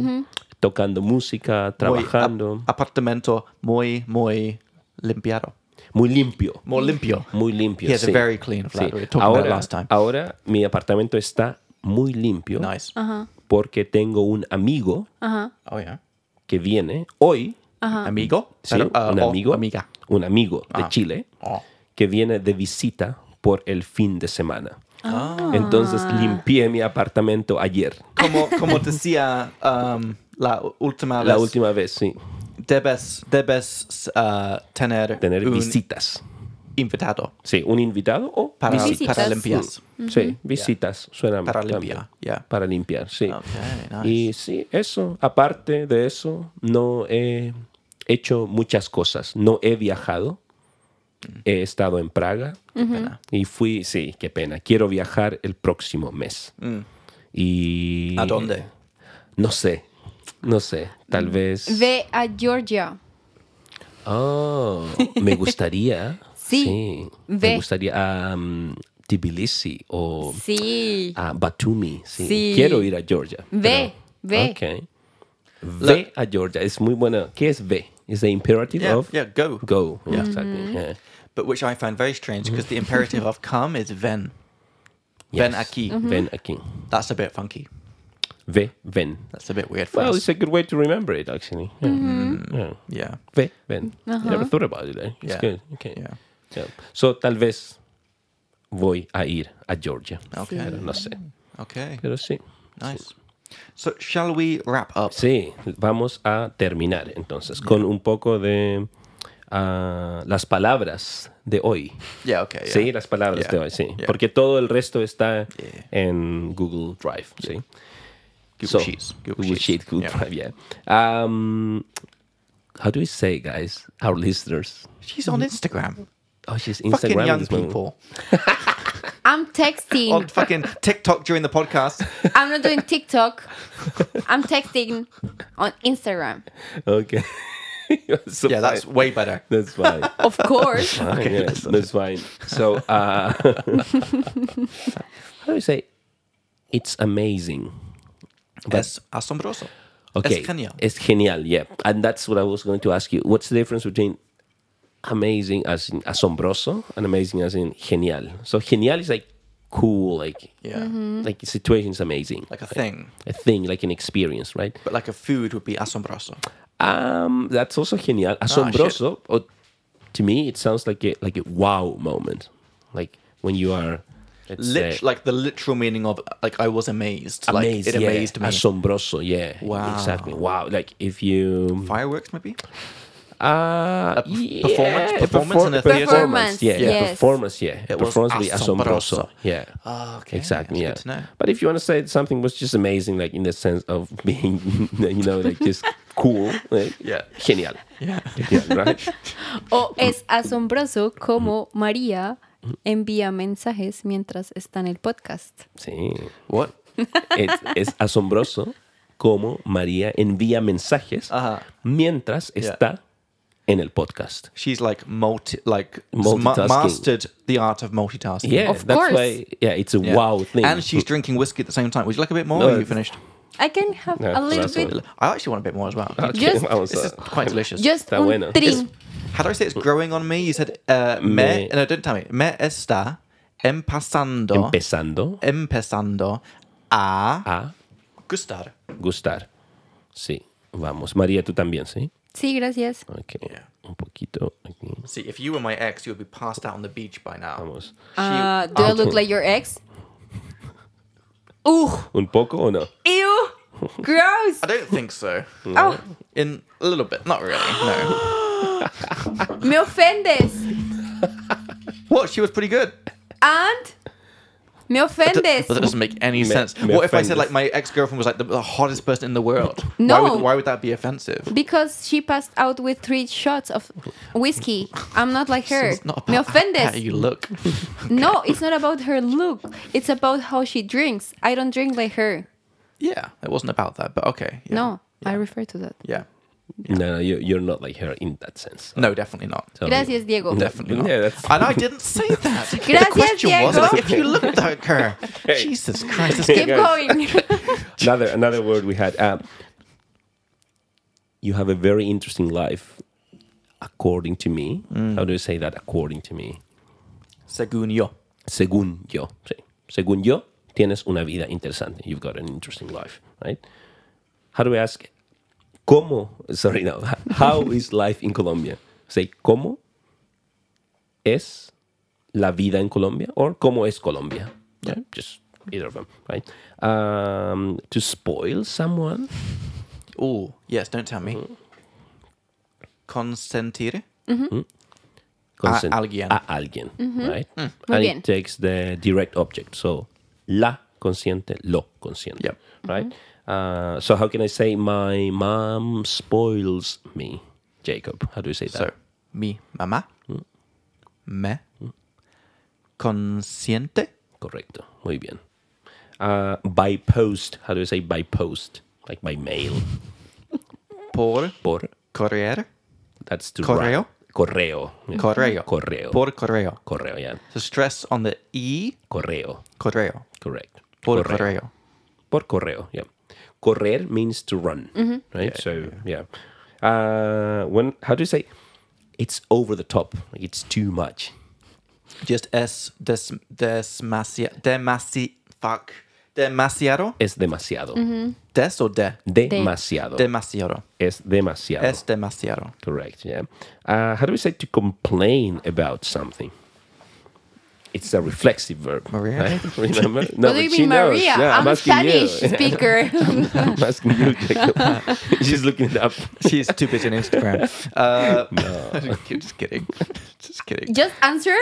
tocando música, Muy trabajando. ap- apartamento muy muy limpiado. Muy limpio. More limpio. Muy limpio. He has sí. a very clean flat. Sí. We were talking ahora, about last time. ahora mi apartamento está muy limpio Nice. Uh-huh. porque tengo un amigo Oh yeah. que viene hoy. Amigo. Sí, Pero, uh, un o amigo. Amiga. Un amigo de Chile Oh. que viene de visita por el fin de semana. Ah. Entonces limpié mi apartamento ayer. Como como decía um, la última La vez, última vez, sí. debes debes uh, tener Tener un visitas. invitado. Sí, un invitado o para, Visitas. para limpiar. Sí, visitas, suena Para Mm, también. limpiar, yeah. Para limpiar, sí. Ok, nice. Y sí, eso. Aparte de eso, no he hecho muchas cosas. No he viajado. Mm. He estado en Praga. Y fui, sí, qué pena. Quiero viajar el próximo mes. Y... Mm. ¿A dónde? No sé. No sé. Tal vez... Ve a Georgia. Oh, me gustaría. <laughs> Sí, Me ve. gustaría a um, Tbilisi o Sí. a Batumi. Sí. Sí. Quiero ir a Georgia. Ve, ve. Ok. Ve a Georgia. Es muy buena. ¿Qué es ve? Es the imperative Yeah, of yeah, go. Go. Mm-hmm. Exactly. Yeah. But which I found very strange Mm-hmm. because the imperative of come is ven. Ven Yes. aquí. Mm-hmm. Ven aquí. That's a bit funky. Ve, ven. That's a bit weird for Well, us. it's a good way to remember it, actually. Yeah. Mm-hmm. Yeah. Yeah. Ve, ven. Uh-huh. Never thought about it. eh? It's Yeah. good. Okay. Yeah. Yeah. So, tal vez voy a ir a Georgia. Okay. Pero no sé. Okay. Pero sí. Nice. So shall we wrap up? Sí, vamos a terminar entonces con un poco de ah, las palabras de hoy. Yeah. Okay. Yeah. Sí, las palabras Yeah. de hoy, sí. Yeah. Porque todo el resto está Yeah. en Google Drive, ¿sí? Google Sheets. Google, Sheets, Google Yeah. Drive, yeah. Um, how do we say, guys, our listeners? She's on Instagram. Oh, she's fucking Instagram young this moment. people. on I'm texting. fucking TikTok during the <laughs> podcast. I'm not doing TikTok. I'm texting on Instagram. <laughs> Okay. <laughs> So Yeah, that's fine. way better. <laughs> That's fine. Of <laughs> course. Fine, yeah, that's fine. So, uh, <laughs> how do we say? It's amazing. Es asombroso. Okay. Es genial. It's genial, yeah. And that's what I was going to ask you. What's the difference between amazing as in asombroso and amazing as in genial? So genial is like cool, like Yeah. like the situation is amazing. Like a thing. a thing, like an experience, right? But like a food would be asombroso. Um that's also genial. Ah, Asombroso or to me it sounds like a like a wow moment. Like when you are let's Lit- say, like the literal meaning of like I was amazed. like amazed, it yeah. amazed me. Asombroso, yeah. Wow. Exactly. Wow. Like if you Fireworks maybe? Ah, A p- performance- performance in the theater? performance, yeah, Yes. performance, yeah. It was performance with asombroso, asombroso. yeah. Ah, okay, exactly, yeah. that's good to know. But if you want to say that something was just amazing, like in the sense of <laughs> being, you know, like just cool, like, Yeah. genial, <laughs> Yeah. <laughs> genial, <laughs> right? O es asombroso cómo María envía mensajes mientras está en el podcast. Sí. What? Es, es asombroso cómo María envía mensajes Ajá. mientras Yeah. está en el podcast. She's like multi, like ma- Multitasking. mastered the art of multitasking. Oh, Yeah, Of that's course. why. Yeah, it's a Yeah. wow thing. And she's drinking whiskey at the same time. Would you like a bit more? No, or are you it's- finished? I can have No, a little that's bit. I actually want a bit more as <laughs> well. Okay, Just- vamos This a- is quite delicious. Just Está un bueno. trin. How do I say it's growing on me? You said uh, me. Me- No, don't tell me. Me está empezando. empezando empezando a a gustar. gustar. Sí, vamos. María, tú también, ¿sí? Sí, gracias. Ok, un poquito aquí. See, if you were my ex, you would be passed out on the beach by now. Vamos. Ah, do I look like your ex? Uh, ¿Un poco o no? ew, gross. I don't think so. Hmm. Oh, In a little bit, not really. No. me ofendes. what? She was pretty good. And me ofendes. That doesn't make any sense. me what if I said offended. like my ex girlfriend was like the, the hottest person in the world? Why <laughs> No. would, why would that be offensive? Because she passed out with three shots of whiskey. I'm not like her. It's not me about ofendes. how you look. <laughs> No, it's not about her look. It's about how she drinks. I don't drink like her. Yeah, it wasn't about that, but okay. yeah. No, I refer to that. Yeah. No, no, you- you're not like her in that sense. No, definitely not. So- Gracias, Diego. Definitely not. Yeah, that's- and <laughs> I didn't say <laughs> that. the Gracias, question was Diego. like, if you looked at <laughs> her, Jesus Christ, this Keep game. <laughs> going. another another word we had. Um, you have a very interesting life, according to me. Mm. How do you say that? According to me, Según yo. según yo, sí. según yo, tienes una vida interesante. You've got an interesting life, right? How do I ask? ¿Cómo? Sorry, no. How is life in Colombia? Say, ¿cómo es la vida en Colombia? Or, ¿cómo es Colombia? Right? Just either of them, right? Um, to spoil someone? Oh, yes, don't tell me. Consentir. consent- alguien. Mm. A alguien, right? Muy and bien. it takes the direct object. So, la consciente, lo consciente, Yep. Mm-hmm. right? Uh, so, how can I say my mom spoils me, Jacob? How do you say that? So, mi mamá me consiente. Correcto. Muy bien. Uh, by post, how do you say by post? Like by mail. por Por, correr. that's to Correo? write. Correo. yeah. Correo. Correo. Por correo. Correo, yeah. So, stress on the E. Correo. Correo. Correct. Por correo. Por correo, yeah. Correr means to run, Mm-hmm. right? so, yeah. Uh, when how do you say? It's over the top. Like it's too much. Just es des, desmacia, demasi, fuck. Demasiado. Es demasiado. Mm-hmm. Des or de? Demasiado. Demasiado. es demasiado. Es demasiado. Correct. Yeah. Uh, how do we say to complain about something? It's a reflexive verb. Maria? <laughs> Right? Remember? No, what but do you she mean, knows. Maria? Yeah, I'm a asking you. <laughs> Spanish speaker. <laughs> I'm asking you, Jacob. <laughs> She's looking it up. <laughs> She's too busy on Instagram. <laughs> Uh, <laughs> just kidding. Just kidding. Just answer.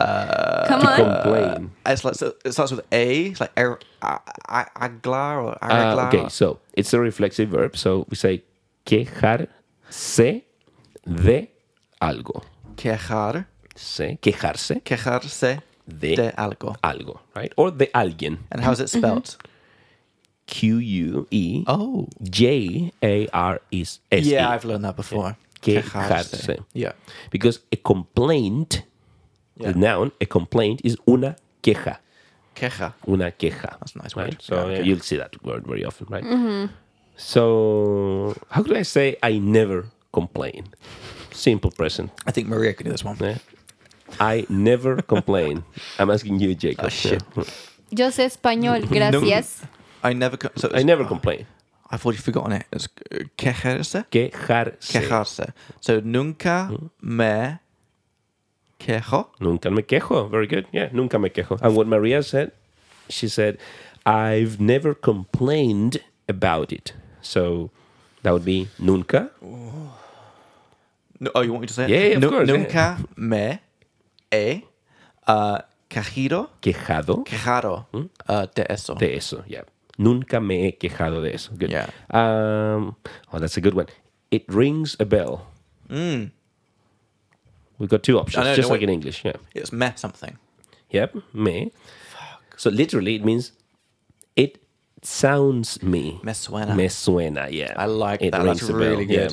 Uh, Come To on. complain. It's like, so it starts with A, it's like er, a, a, aglar or Ah, arreglar. okay, so it's a reflexive verb. So we say quejarse de algo. Quejar, Se, quejarse quejarse de, de algo. algo, right? Or de alguien. And how's Mm-hmm. it spelled? Q U E Oh. J A R is S. E. Yeah, I've learned that before. Quejarse. Yeah. Because a complaint, Yeah. the noun, a complaint is una queja. Queja. Una queja. That's a nice right? word. So Yeah, okay. you'll see that word very often, right? So how could I say I never complain? Simple present. I think Maria can do this one. Yeah. I <laughs> never complain. I'm asking you, Jacob. Oh, shit. Yeah. Yo sé español, gracias. I never. Co- so I it's- never complain. I've already forgotten it. It's uh, quejarse. Quejarse. Quejarse. So nunca Hmm? me quejo. Nunca me quejo. Very good. Yeah, nunca me quejo. And what Maria said, she said, I've never complained about it. So that would be nunca No, oh, you want me to say Yeah, it? yeah, of course, yeah. Nunca me he uh, cajido, Quejado quejado uh, de eso. Hmm? de eso. Yeah. Nunca me he quejado de eso. Good. Yeah. Um, oh, that's a good one. It rings a bell. Mm. We've got two options, no, just no, like wait. in English. Yeah. It's me something. Yep. Me. So literally, it means it sounds me. Me suena. Me suena. Yeah. I like it that. rings That's a bell, really good. Yeah.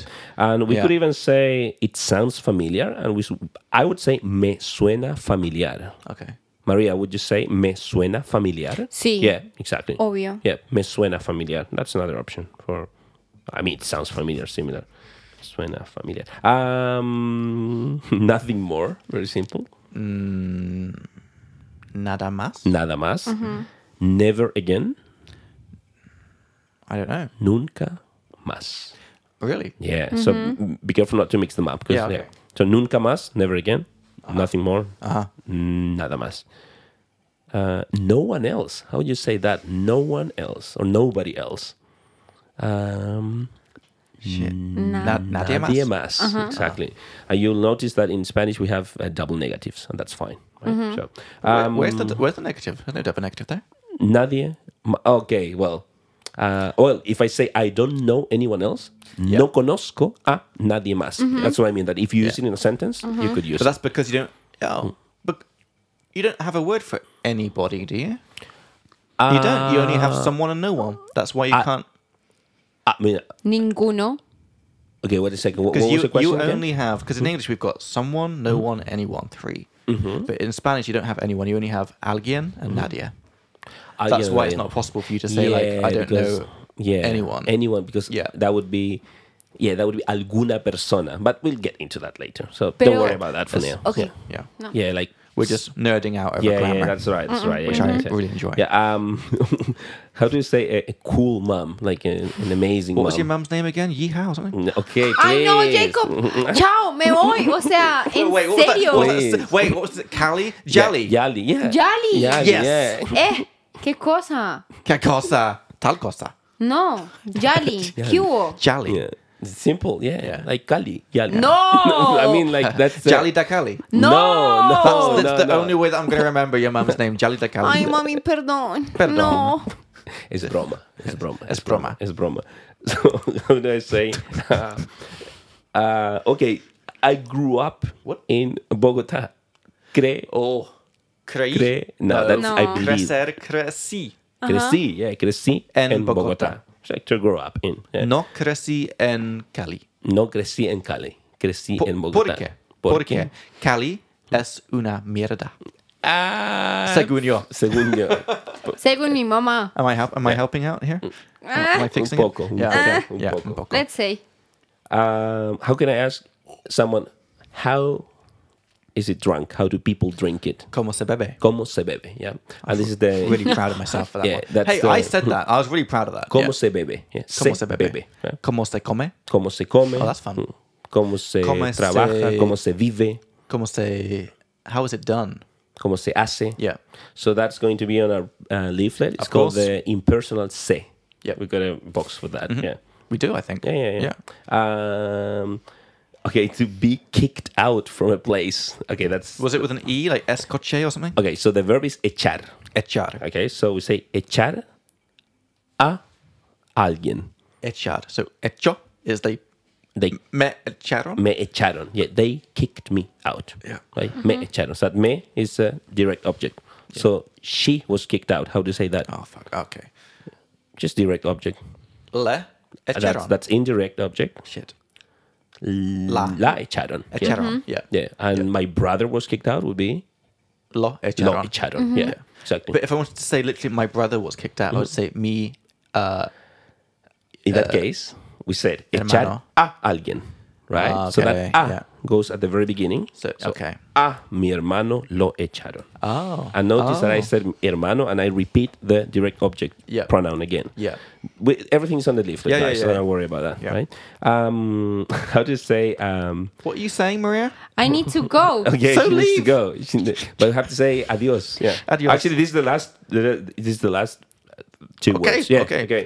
And we Yeah. could even say it sounds familiar, and we. s- I would say me suena familiar. Okay. Maria, would you say me suena familiar? Sí. Yeah, exactly. Obvio. Yeah, me suena familiar. That's another option for. I mean, it sounds familiar, similar. Suena familiar. Um, <laughs> nothing more. Very simple. Nada más? Nada más. Never again. I don't know. Nunca más. Really? Yeah. So m- be careful not to mix them up. 'cause, Yeah, okay. Ah. So nunca más, never again. Nothing more. Uh-huh. Nada más. Uh, no one else. How would you say that? No one else or nobody else. Um, Shit. Na- nadie más. nadie más. Uh-huh. Exactly. And you'll notice that in Spanish we have uh, double negatives, and that's fine. Right? Mm-hmm. So, Where- um, where's, the, where's the negative? There's no double negative there. Nadie. ma- Okay, well. Uh, well, if I say I don't know anyone else, no conozco a nadie más. Mm-hmm. That's what I mean. That if you use it in a sentence, you could use But that's because you don't. Oh, but you don't have a word for anybody, do you? you don't. You only have someone and no one. That's why you I- can't. it. I mean, Ninguno. okay, wait a second. What, Because what was the you, question? you again? only have. Because in English we've got someone, no one, anyone, 3 But in Spanish you don't have anyone. You only have alguien and Nadia. Ah, That's yeah, why it's yeah. not possible for you to say like Yeah, I don't because- know yeah, anyone. Anyone, because Yeah. that would be. Yeah, that would be alguna persona, but we'll get into that later. So don't Pero- worry about that for now. Okay. yeah, Yeah, yeah like we're just nerding out over yeah, grammar. yeah, that's right, that's right. yeah, Which I yeah, yeah. really enjoy. Yeah, um, <laughs> how do you say a, a cool mom, like a, an amazing? What mom? was Mm, your mum's name again? Yeehaw or something? Okay, please. Ay, no, <laughs> Jacob. Chao, me voy. O sea, en wait, what é serio. Was that, what was that- wait, what was it? Cali? Jelly? Yeah, Yali, yeah. Yali. Yali, Yes. yeah. Eh, qué cosa. ¿Qué cosa? Tal cosa. No, <laughs> Yali. ¿Qué hubo? Jolly. Yeah. It's Simple, yeah. Yeah. Like Kali, Yali. No! <laughs> I mean, <laughs> like, that's... uh, Jolly da Cali. No! No, no, That's, no, that's the no. only way that I'm going to remember your <laughs> mum's name, Jolly da Cali. Ay, mami, perdón. Perdón. No. It's broma. It's broma. Es broma. It's broma. <laughs> So, how do <laughs> I say? Uh, uh, okay, I grew up What? in Bogota. Cre... Oh, creí. Cre... No, that's No. I believe. Crecer, crecí. Crecí, yeah, crecí En en, Bogota. Bogotá. It's like to grow up in. yeah. No crecí en Cali. No crecí en Cali. Crecí Po- en ¿Por Bogotá. qué? ¿Por Porque qué? Cali es una mierda. Ah, Según yo. <laughs> Según yo. Según mi mamá. Am I, help, am I helping out here? Am I fixing Un poco, it? un Yeah, poco, okay. un yeah, poco. un poco. Let's say. Um, how can I ask someone how is it drunk? How do people drink it? Como se bebe. ¿Cómo se bebe? Yeah. And this is the Really proud of myself for that Yeah, one. that's Hey, the- I said that. I was really proud of that. ¿Cómo Yeah. se bebe? Yeah. ¿Cómo se bebe? yeah. ¿Cómo se come? ¿Cómo se come? Oh, that's fun. Mm. ¿Cómo se ¿Cómo eh, se- trabaja? ¿Cómo se vive? ¿Cómo se... How is it done? ¿Cómo se hace? Yeah. So that's going to be on our uh, leaflet. It's Of called course. the impersonal se. Yeah. We've got a box for Mm-hmm. that. Yeah. We do, I think. Yeah, yeah, yeah. Um, okay, to be kicked out from a place. Okay, that's. Was it with an E, like escoche or something? Okay, so the verb is echar. Echar. Okay, so we say echar a alguien. Echar. So echo is they They me echaron. me echaron. Yeah, they kicked me out. Mm. Yeah. Right? Me echaron. So that me is a direct object. So she was kicked out. How do you say that? Oh fuck. Okay. Just direct object. Le Uh, That's, echaron. that's indirect object. Shit. La, echaron. Yeah. Echaron. Yeah. Yeah, and my brother was kicked out would be Lo lo echaron. echaron. Yeah, exactly. But if I wanted to say literally my brother was kicked out, I would say Mm-hmm. me. Uh, in that case, we said echar hermano. Ah, a alguien, right? So that Okay, a yeah. goes at the very beginning. So- okay. A mi hermano lo echaron. Oh, And notice that I oh. said hermano, and I repeat the direct object Yeah. pronoun again. Yeah. We, everything's on the leaflet, Yeah, yeah, guys, so yeah. don't worry about that, Yeah. right? Um, <laughs> how do you say? Um, what are you saying, Maria? I need to <laughs> go. Okay, So she needs to leave. go. <laughs> She ne- but I have to say adios. Yeah. Adios. Actually, this is the last. the- This is the last uh, two Okay, words. Yeah, okay. okay.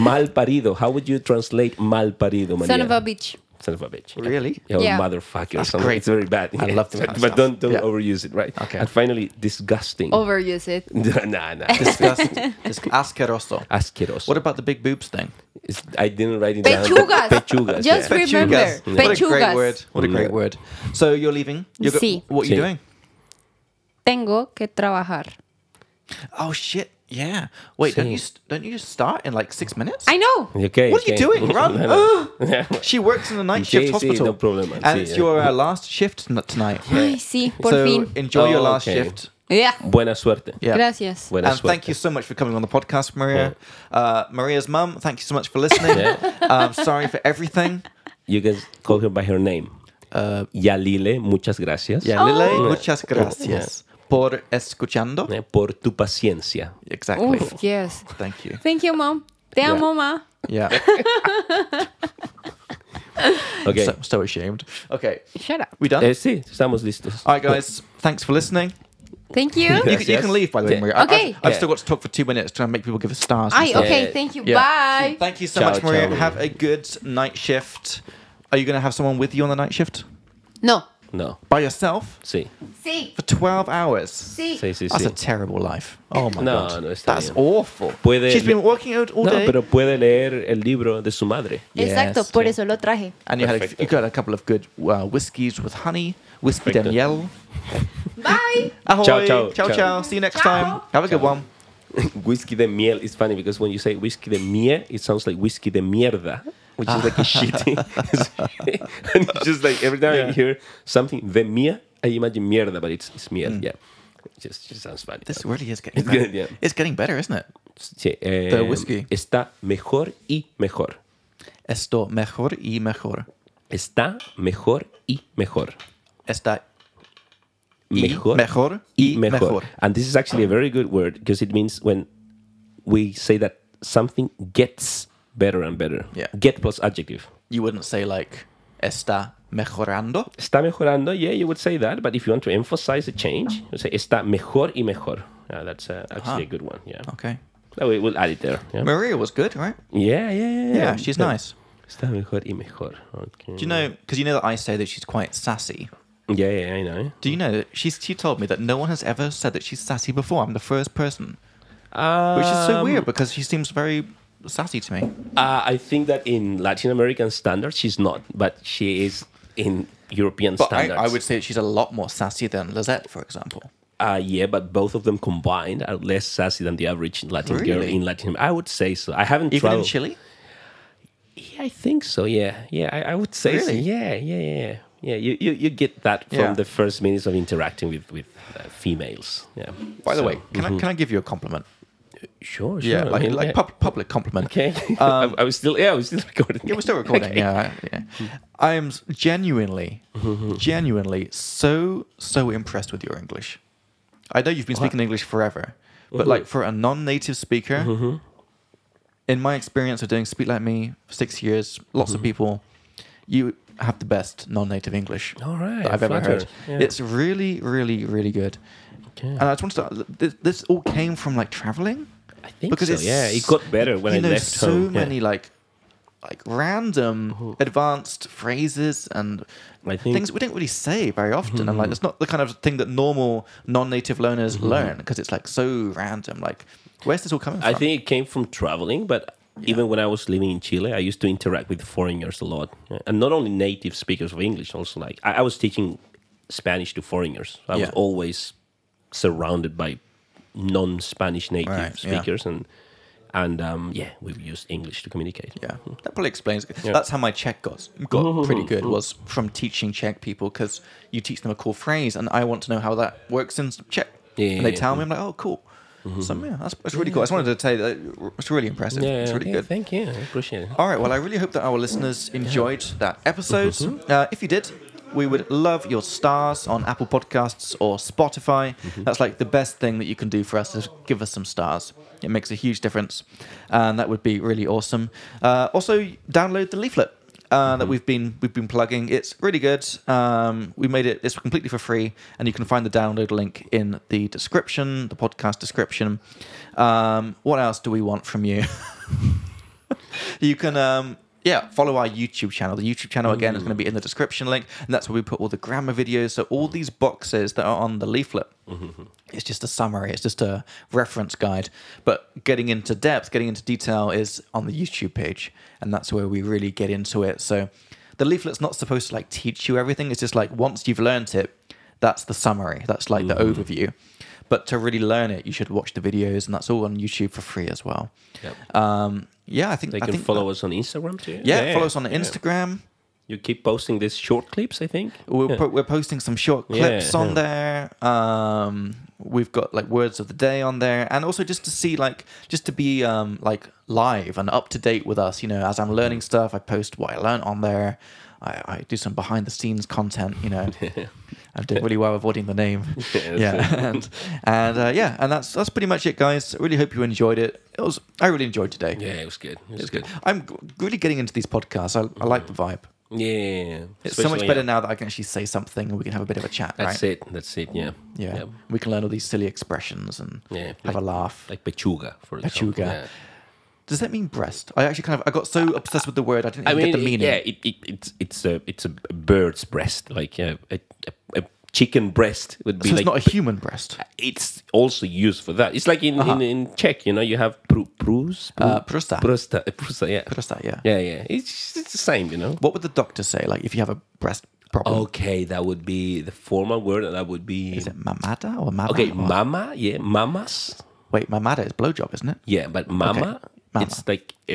Mal parido. How would you translate mal parido, Maria? Son of a bitch. Son of a bitch. Really? Yeah, or Yeah. motherfucker. or That's something. great. It's very bad. I Yeah. love this But, kind of <laughs> but stuff. don't, don't Yeah. overuse it, right? Okay. And finally, disgusting. Overuse <laughs> it. nah, <laughs> nah. Disgust. Dis- asqueroso. Asqueroso. What about the big boobs thing? It's- I didn't write it down. Pechugas. but <laughs> Pechugas. Just yeah. re- Remember, What a great pechugas. word. What a great Mm. word. So you're leaving. You're go- Sí. What are you Sí. doing? Tengo que trabajar. Oh shit! Yeah. Wait, don't Sí. you st- don't you just start in like six minutes? I know. Okay, What are you okay. <laughs> doing? Run! Ugh. she works in the night shift Sí, sí, hospital. no problem. And Sí, it's yeah. your uh, last shift n- tonight. Ay, sí, por so fin. enjoy your Oh, last okay. shift. Yeah. Buena suerte. Yeah. Gracias. Buena And suerte. thank you so much for coming on the podcast, Maria. Uh, Maria's mum, thank you so much for listening. um, sorry for everything. You can call her by her name. Uh, Yalile, muchas gracias. Yeah, Lily, Oh. muchas gracias por escuchando. eh, Por tu paciencia. Exactly. Oof, yes. Thank you. Thank you, mom. Te amo, ma. Yeah. <laughs> Okay. so, so ashamed. Okay. Shut up. We done? Eh, sí, estamos listos. All right, guys. Thanks for listening. Thank you. <laughs> You, can- you yes. can leave, by the way, Yeah. Maria. I- I've- Okay. I've, still got to talk for two minutes trying to make people give us stars. and Ay, stuff. okay, Yeah. thank you. Yeah. Bye. Thank you so Ciao, much, Maria. ciao. Have a good night shift. Are you going to have someone with you on the night shift? No. No, By yourself? sí. Sí. For 12 hours? Sí. Sí, sí, That's sí. a terrible life. Oh my No, god. no, está That's bien. awful. Puede- She's been working out all No, day. pero puede leer el libro de su <laughs> madre. Exacto, Yes, por sí. eso lo traje. and you had a, Perfecto. you got a couple of good uh, whiskeys with honey, whiskey Perfecto. Danielle. Bye. Ahoy. Ciao, ciao, ciao, ciao. ciao. See you next Ciao. time. Have a good Ciao. one. Whisky de miel is funny because when you say whisky de miel, it sounds like whisky de mierda, which is <laughs> like a shitty. and it's just like every time I hear something de miel, I imagine mierda, but it's, it's miel, yeah. It just, just sounds funny. This really is getting It's better. good, yeah. It's getting better, isn't it? Sí, eh, The whisky. Está mejor y mejor. Esto mejor y mejor. Está mejor y mejor. Está y Mejor. mejor y y mejor. mejor. And this is actually a very good word because it means when we say that something gets better and better. Yeah. Get plus adjective. You wouldn't say like está mejorando. Está mejorando, yeah, you would say that, but if you want to emphasize the change, Oh. you say está mejor y mejor. Yeah, that's uh, actually a good one, yeah. Okay. No, we, will add it there. Yeah, Maria was good, right? yeah, yeah. Yeah, yeah. Yeah, she's No. nice. Está mejor y mejor. Okay. Do you know? Because you know that I say that she's quite sassy. Yeah, yeah, I know. Do you know that she's, she told me that no one has ever said that she's sassy before? I'm the first person, Um, which is so weird because she seems very sassy to me. Uh, I think that in Latin American standards, she's not, but she is in European But I, standards. I would say that she's a lot more sassy than Lizette, for example. Uh, yeah, but both of them combined are less sassy than the average Latin girl Really? in Latin. I would say so. I haven't Even traveled. in Chile, Yeah, I think so. Yeah, yeah, I, I would say so. Really? Yeah, yeah, yeah, yeah. You, you you get that from Yeah. the first minutes of interacting with with uh, females. Yeah. by the So- mm-hmm. way, can I can I give you a compliment? Sure, sure. Yeah, I like mean, like yeah. pub- public compliment. Um, Okay. <laughs> I, I was still. Yeah, I was still recording. Yeah, we're <laughs> still recording. Okay. Yeah, yeah. I am s- <laughs> genuinely, genuinely so so impressed with your English. I know you've been speaking English forever, but Mm-hmm. like for a non-native speaker, in my experience of doing Speak Like Me for six years, lots Mm-hmm. of people, you have the best non-native English All right, that I've ever heard. flattered. Yeah. It's really, really, really good. Okay. And I just want to start. This, this all came from like traveling I think so. Yeah, it got better when Uh, you I know left so home. Yeah. Oh. many like like random advanced phrases and I think- Hmm. things we don't really say very often and like it's not the kind of thing that normal non-native learners learn because it's like so random like where's this all coming from I think it came from traveling, but even when I was living in Chile, I used to interact with foreigners a lot, Yeah. and not only native speakers of English, also like I, I was teaching Spanish to foreigners. I was Yeah. always surrounded by non-Spanish native Right, yeah. speakers, and and um, yeah, we've used English to communicate. yeah that probably explains that's how my Czech got got <laughs> pretty good was from teaching Czech people because you teach them a cool phrase and I want to know how that works in Czech Yeah, yeah, and they yeah, tell Mm-hmm. me I'm like oh cool so yeah that's, that's really cool I just wanted to tell you that it's really impressive Yeah, it's really yeah, good Oh, Thank you, I appreciate it. All right. Well, I really hope that our listeners enjoyed that episode. Uh, if you did, we would love your stars on Apple Podcasts or Spotify. That's like the best thing that you can do for us is give us some stars. It makes a huge difference, and that would be really awesome. Uh, also, download the leaflet uh, that we've been we've been plugging. It's really good. Um, we made it. It's completely for free, and you can find the download link in the description, the podcast description. <laughs> Um, what else do we want from you? you can um, yeah, follow our YouTube channel. The YouTube channel, again, is going to be in the description link. And that's where we put all the grammar videos. So, all these boxes that are on the leaflet, it's just a summary, it's just a reference guide. But getting into depth, getting into detail is on the YouTube page. And that's where we really get into it. So, the leaflet's not supposed to like teach you everything. It's just like once you've learnt it, that's the summary, that's like the Mm-hmm. overview. But to really learn it, you should watch the videos, and that's all on YouTube for free as well. Yep. Um, yeah, I think They I can think follow that- us on Instagram too. yeah, follow us on yeah. Instagram. You keep posting these short clips, I think. We're, Yeah. po- we're posting some short Yeah, clips on there. Um, we've got like words of the day on there, and also just to see like just to be um, like live and up to date with us. You know, as I'm learning stuff, I post what I learned on there. I, I do some behind the scenes content. You <laughs> know, I'm doing really well avoiding the name. <laughs> Yeah, yeah, and, and uh, yeah, and that's that's pretty much it, guys. I really hope you enjoyed it. It was I really enjoyed today. yeah, it was good. It was, It's good. good. I'm g- really getting into these podcasts. I, I like the vibe. Yeah. It's so much Especially- uh, better now that I can actually say something and we can have a bit of a chat, That's right? it. That's it. Yeah. Yeah. We can learn all these silly expressions and Yeah, have a laugh. Like pechuga, for example. Pechuga. Yeah. Does that mean breast? I actually kind of I got so obsessed with the word I didn't even Uh, I mean, get the meaning. yeah, it, it, it's it's a it's a bird's breast, like yeah, a, a, a chicken breast would be so like. it's not a human breast. it's also used for that. It's like in, in, in Czech, you know, you have pru, prus, pru, Uh-huh. Uh, prusta. prusta, uh, prusta, yeah, Prusta, yeah. yeah, yeah. It's it's the same, you know. What would the doctor say, like if you have a breast problem? Okay, that would be the formal word. That would be Is it mamada or mama? okay, Or- mama, yeah, mamas, Wait, mamada is blowjob, isn't it? yeah, but mama, mama. it's like a,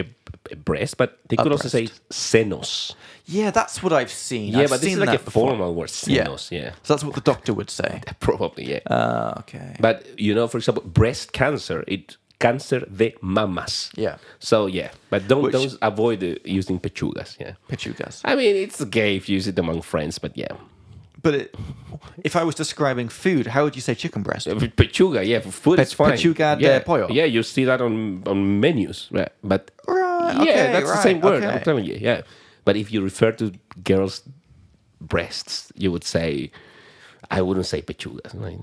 a breast, but they could also say senos. Yeah, that's what I've seen. Yeah, I've but this seen is like a that before. formal word, Yeah. senos. <laughs> Yeah, So that's what the doctor would <laughs> say. probably. Yeah, Uh, okay. But you know, for example, breast cancer, it cancer de mamas. Yeah. So yeah, but don't Which- don't avoid uh, using pechugas. Yeah. Pichugas. I mean, it's gay if you use it among friends, but yeah, But it, if I was describing food, how would you say chicken breast? <laughs> Uh, pechuga. Yeah, for food Pe- it's fine. pechuga de yeah. pollo. Yeah, you see that on on menus, right? But Right, yeah, okay, that's the right, same word. I'm okay. telling you. Yeah, but if you refer to girls' breasts, you would say, I wouldn't say pechugas. Like,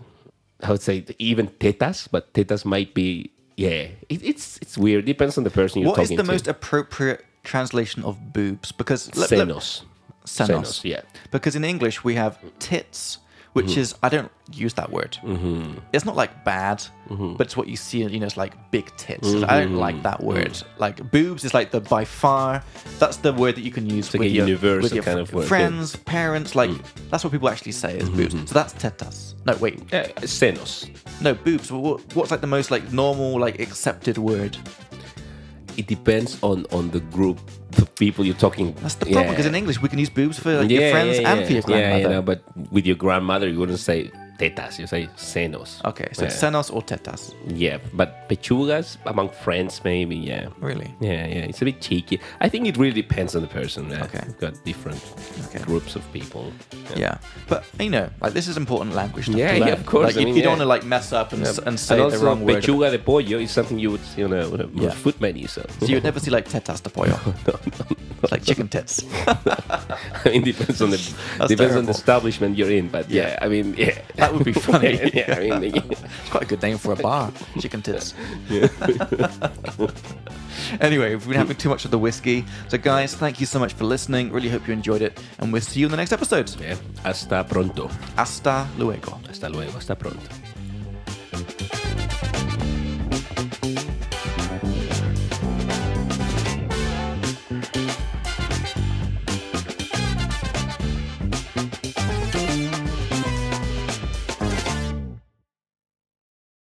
I would say even tetas, but tetas might be. Yeah, it, it's it's weird. Depends on the person you're What is talking the to. most appropriate translation of boobs? Because let- let- senos? senos. Senos, yeah. Mm-hmm. Because in English we have tits, which is I don't use that word. It's not like bad, Mm-hmm. but it's what you see. You know, it's like big tits. I don't like that word. Mm. Like boobs is like the by far. That's the word that you can use like with a your, universal with your kind of word, yeah. Mm. Mm-hmm. friends, parents. Like that's what people actually say is boobs. So that's tetas. No, wait, Yeah, senos. no boobs. What, what's like the most like normal like accepted word? It depends on on the group, the people you're talking. That's the problem because in English we can use boobs for like, your friends and for your grandmother. Yeah, you know, but with your grandmother, you wouldn't say tetas. You say senos. Okay, so yeah. senos or tetas, Yeah, but pechugas among friends, maybe. Yeah. really? Yeah, yeah, it's a bit cheeky. I think it really depends on the person. Yeah. Okay. You've got different Okay. groups of people. Yeah. but you know, like this is important language. To Yeah, to yeah, learn. of course, Like, I you, mean, you don't yeah. want to like mess up and, s and say and the also, wrong word. pechuga de pollo is something you would see on a, on a Yeah. food menu. So, So you would never see like tetas de pollo, It's like chicken tits. <laughs> I mean, depends on the That's depends on the terrible. establishment you're in. But yeah, Yeah. I mean, yeah, That would be <laughs> funny. yeah, I mean, <laughs> It's quite a good name for a bar, chicken tits. <laughs> anyway, we've been having too much of the whiskey. So guys, thank you so much for listening. Really hope you enjoyed it, and we'll see you in the next episode. yeah. Hasta pronto. Hasta luego. Hasta luego. Hasta pronto.